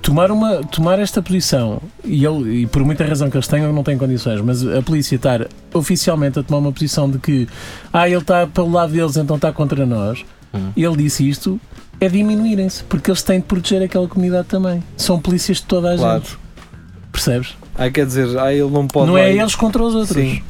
[SPEAKER 4] Tomar, uma, tomar esta posição, e, ele, e por muita razão que eles tenham, não têm condições, mas a polícia estar oficialmente a tomar uma posição de que ah, ele está pelo lado deles, então está contra nós,
[SPEAKER 2] Hum.
[SPEAKER 4] ele disse isto, é diminuírem-se, porque eles têm de proteger aquela comunidade também. São polícias de toda a
[SPEAKER 3] Claro.
[SPEAKER 4] gente, percebes?
[SPEAKER 3] Aí quer dizer, aí ele não pode.
[SPEAKER 4] não
[SPEAKER 3] lá
[SPEAKER 4] é
[SPEAKER 3] ir.
[SPEAKER 4] eles contra os outros.
[SPEAKER 3] Sim.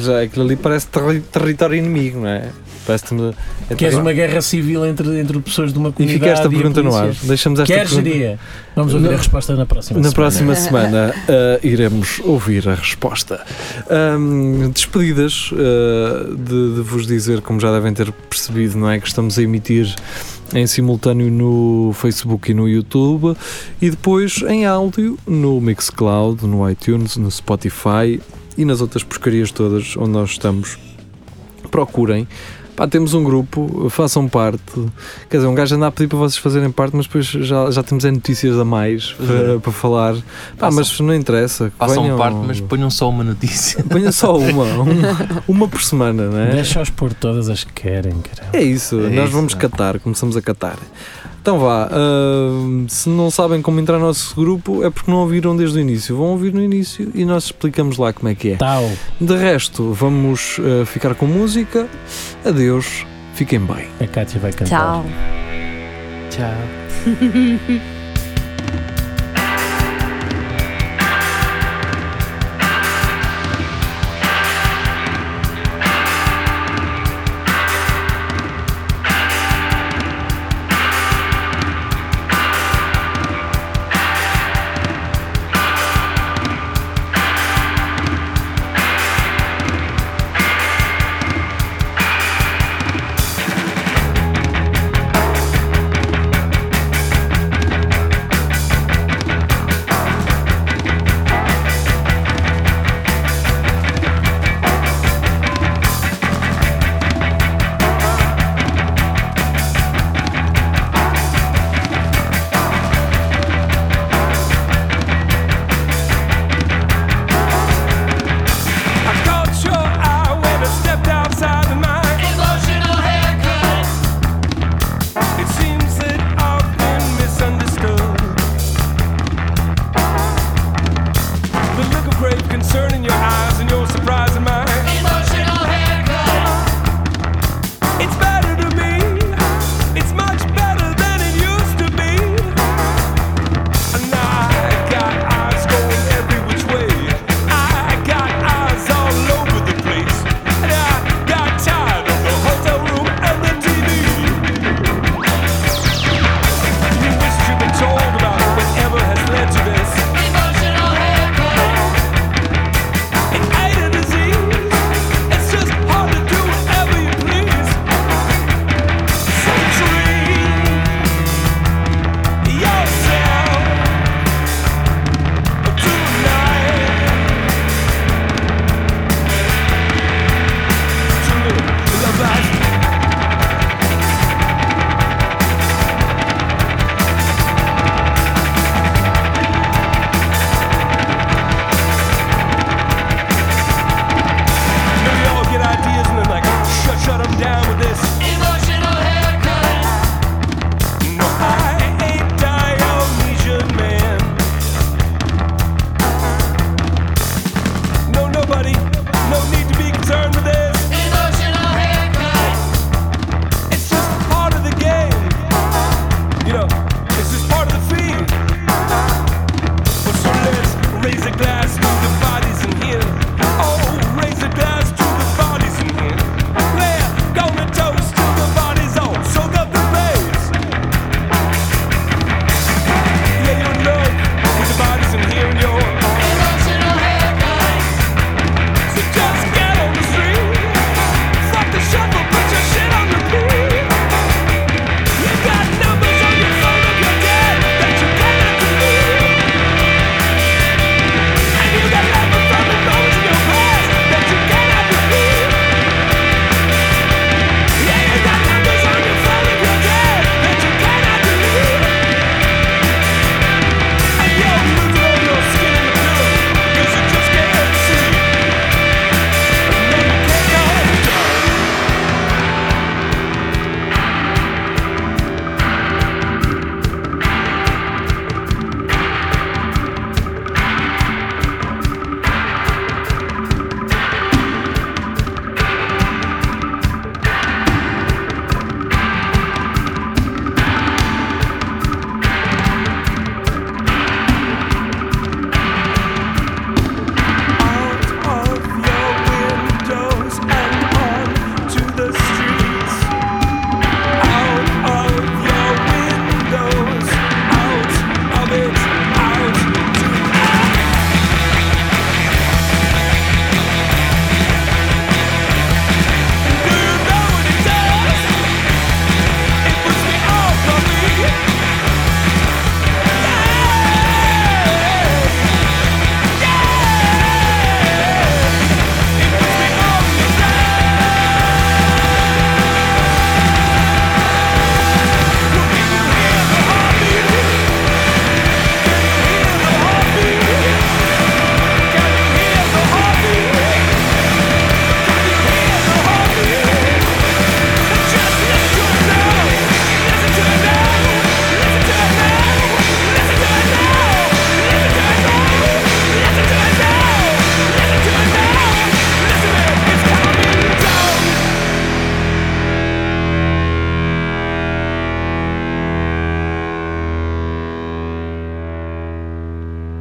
[SPEAKER 3] Já, aquilo ali parece terri- território inimigo, não é? Parece-me. É
[SPEAKER 4] Queres
[SPEAKER 3] terri-
[SPEAKER 4] uma guerra civil entre, entre pessoas de uma
[SPEAKER 3] E
[SPEAKER 4] comunidade?
[SPEAKER 3] fica esta
[SPEAKER 4] a
[SPEAKER 3] pergunta no
[SPEAKER 4] polícia?
[SPEAKER 3] ar. Deixamos esta
[SPEAKER 4] Queres
[SPEAKER 3] pergunta.
[SPEAKER 4] seria? Vamos ouvir
[SPEAKER 3] Na-
[SPEAKER 4] a resposta na próxima
[SPEAKER 3] Na
[SPEAKER 4] semana.
[SPEAKER 3] próxima semana ah, iremos ouvir a resposta. Ahm, despedidas, ah, de, de vos dizer, como já devem ter percebido, não é? Que estamos a emitir em simultâneo no Facebook e no YouTube e depois em áudio no Mixcloud, no iTunes, no Spotify e nas outras porcarias todas onde nós estamos. Procurem. Pá, temos um grupo, façam parte. Quer dizer, um gajo anda a pedir para vocês fazerem parte, mas depois já, já temos aí notícias a mais
[SPEAKER 2] Pois
[SPEAKER 3] para,
[SPEAKER 2] é.
[SPEAKER 3] para falar. Pá,
[SPEAKER 2] Façam-
[SPEAKER 3] mas não interessa. que
[SPEAKER 2] Façam
[SPEAKER 3] venham-
[SPEAKER 2] parte, mas ponham só uma notícia.
[SPEAKER 3] Ponha só uma, um- uma por semana, não é?
[SPEAKER 4] Deixa-os pôr todas as que querem, caramba.
[SPEAKER 3] É isso,
[SPEAKER 2] É
[SPEAKER 3] nós
[SPEAKER 2] isso,
[SPEAKER 3] vamos
[SPEAKER 2] é.
[SPEAKER 3] catar, começamos a catar. Então vá, hum, se não sabem como entrar no nosso grupo é porque não ouviram desde o início. Vão ouvir no início e nós explicamos lá como é que é.
[SPEAKER 4] Tal.
[SPEAKER 3] De resto, vamos uh, ficar com música. Adeus, fiquem bem.
[SPEAKER 4] A Cátia vai cantar.
[SPEAKER 5] Tchau.
[SPEAKER 2] Tchau.
[SPEAKER 6] I caught your eye when it stepped outside of mine. Emotional haircut. It seems that I've been misunderstood. The look of grave concern in your eyes and your surprise in mine. Oh,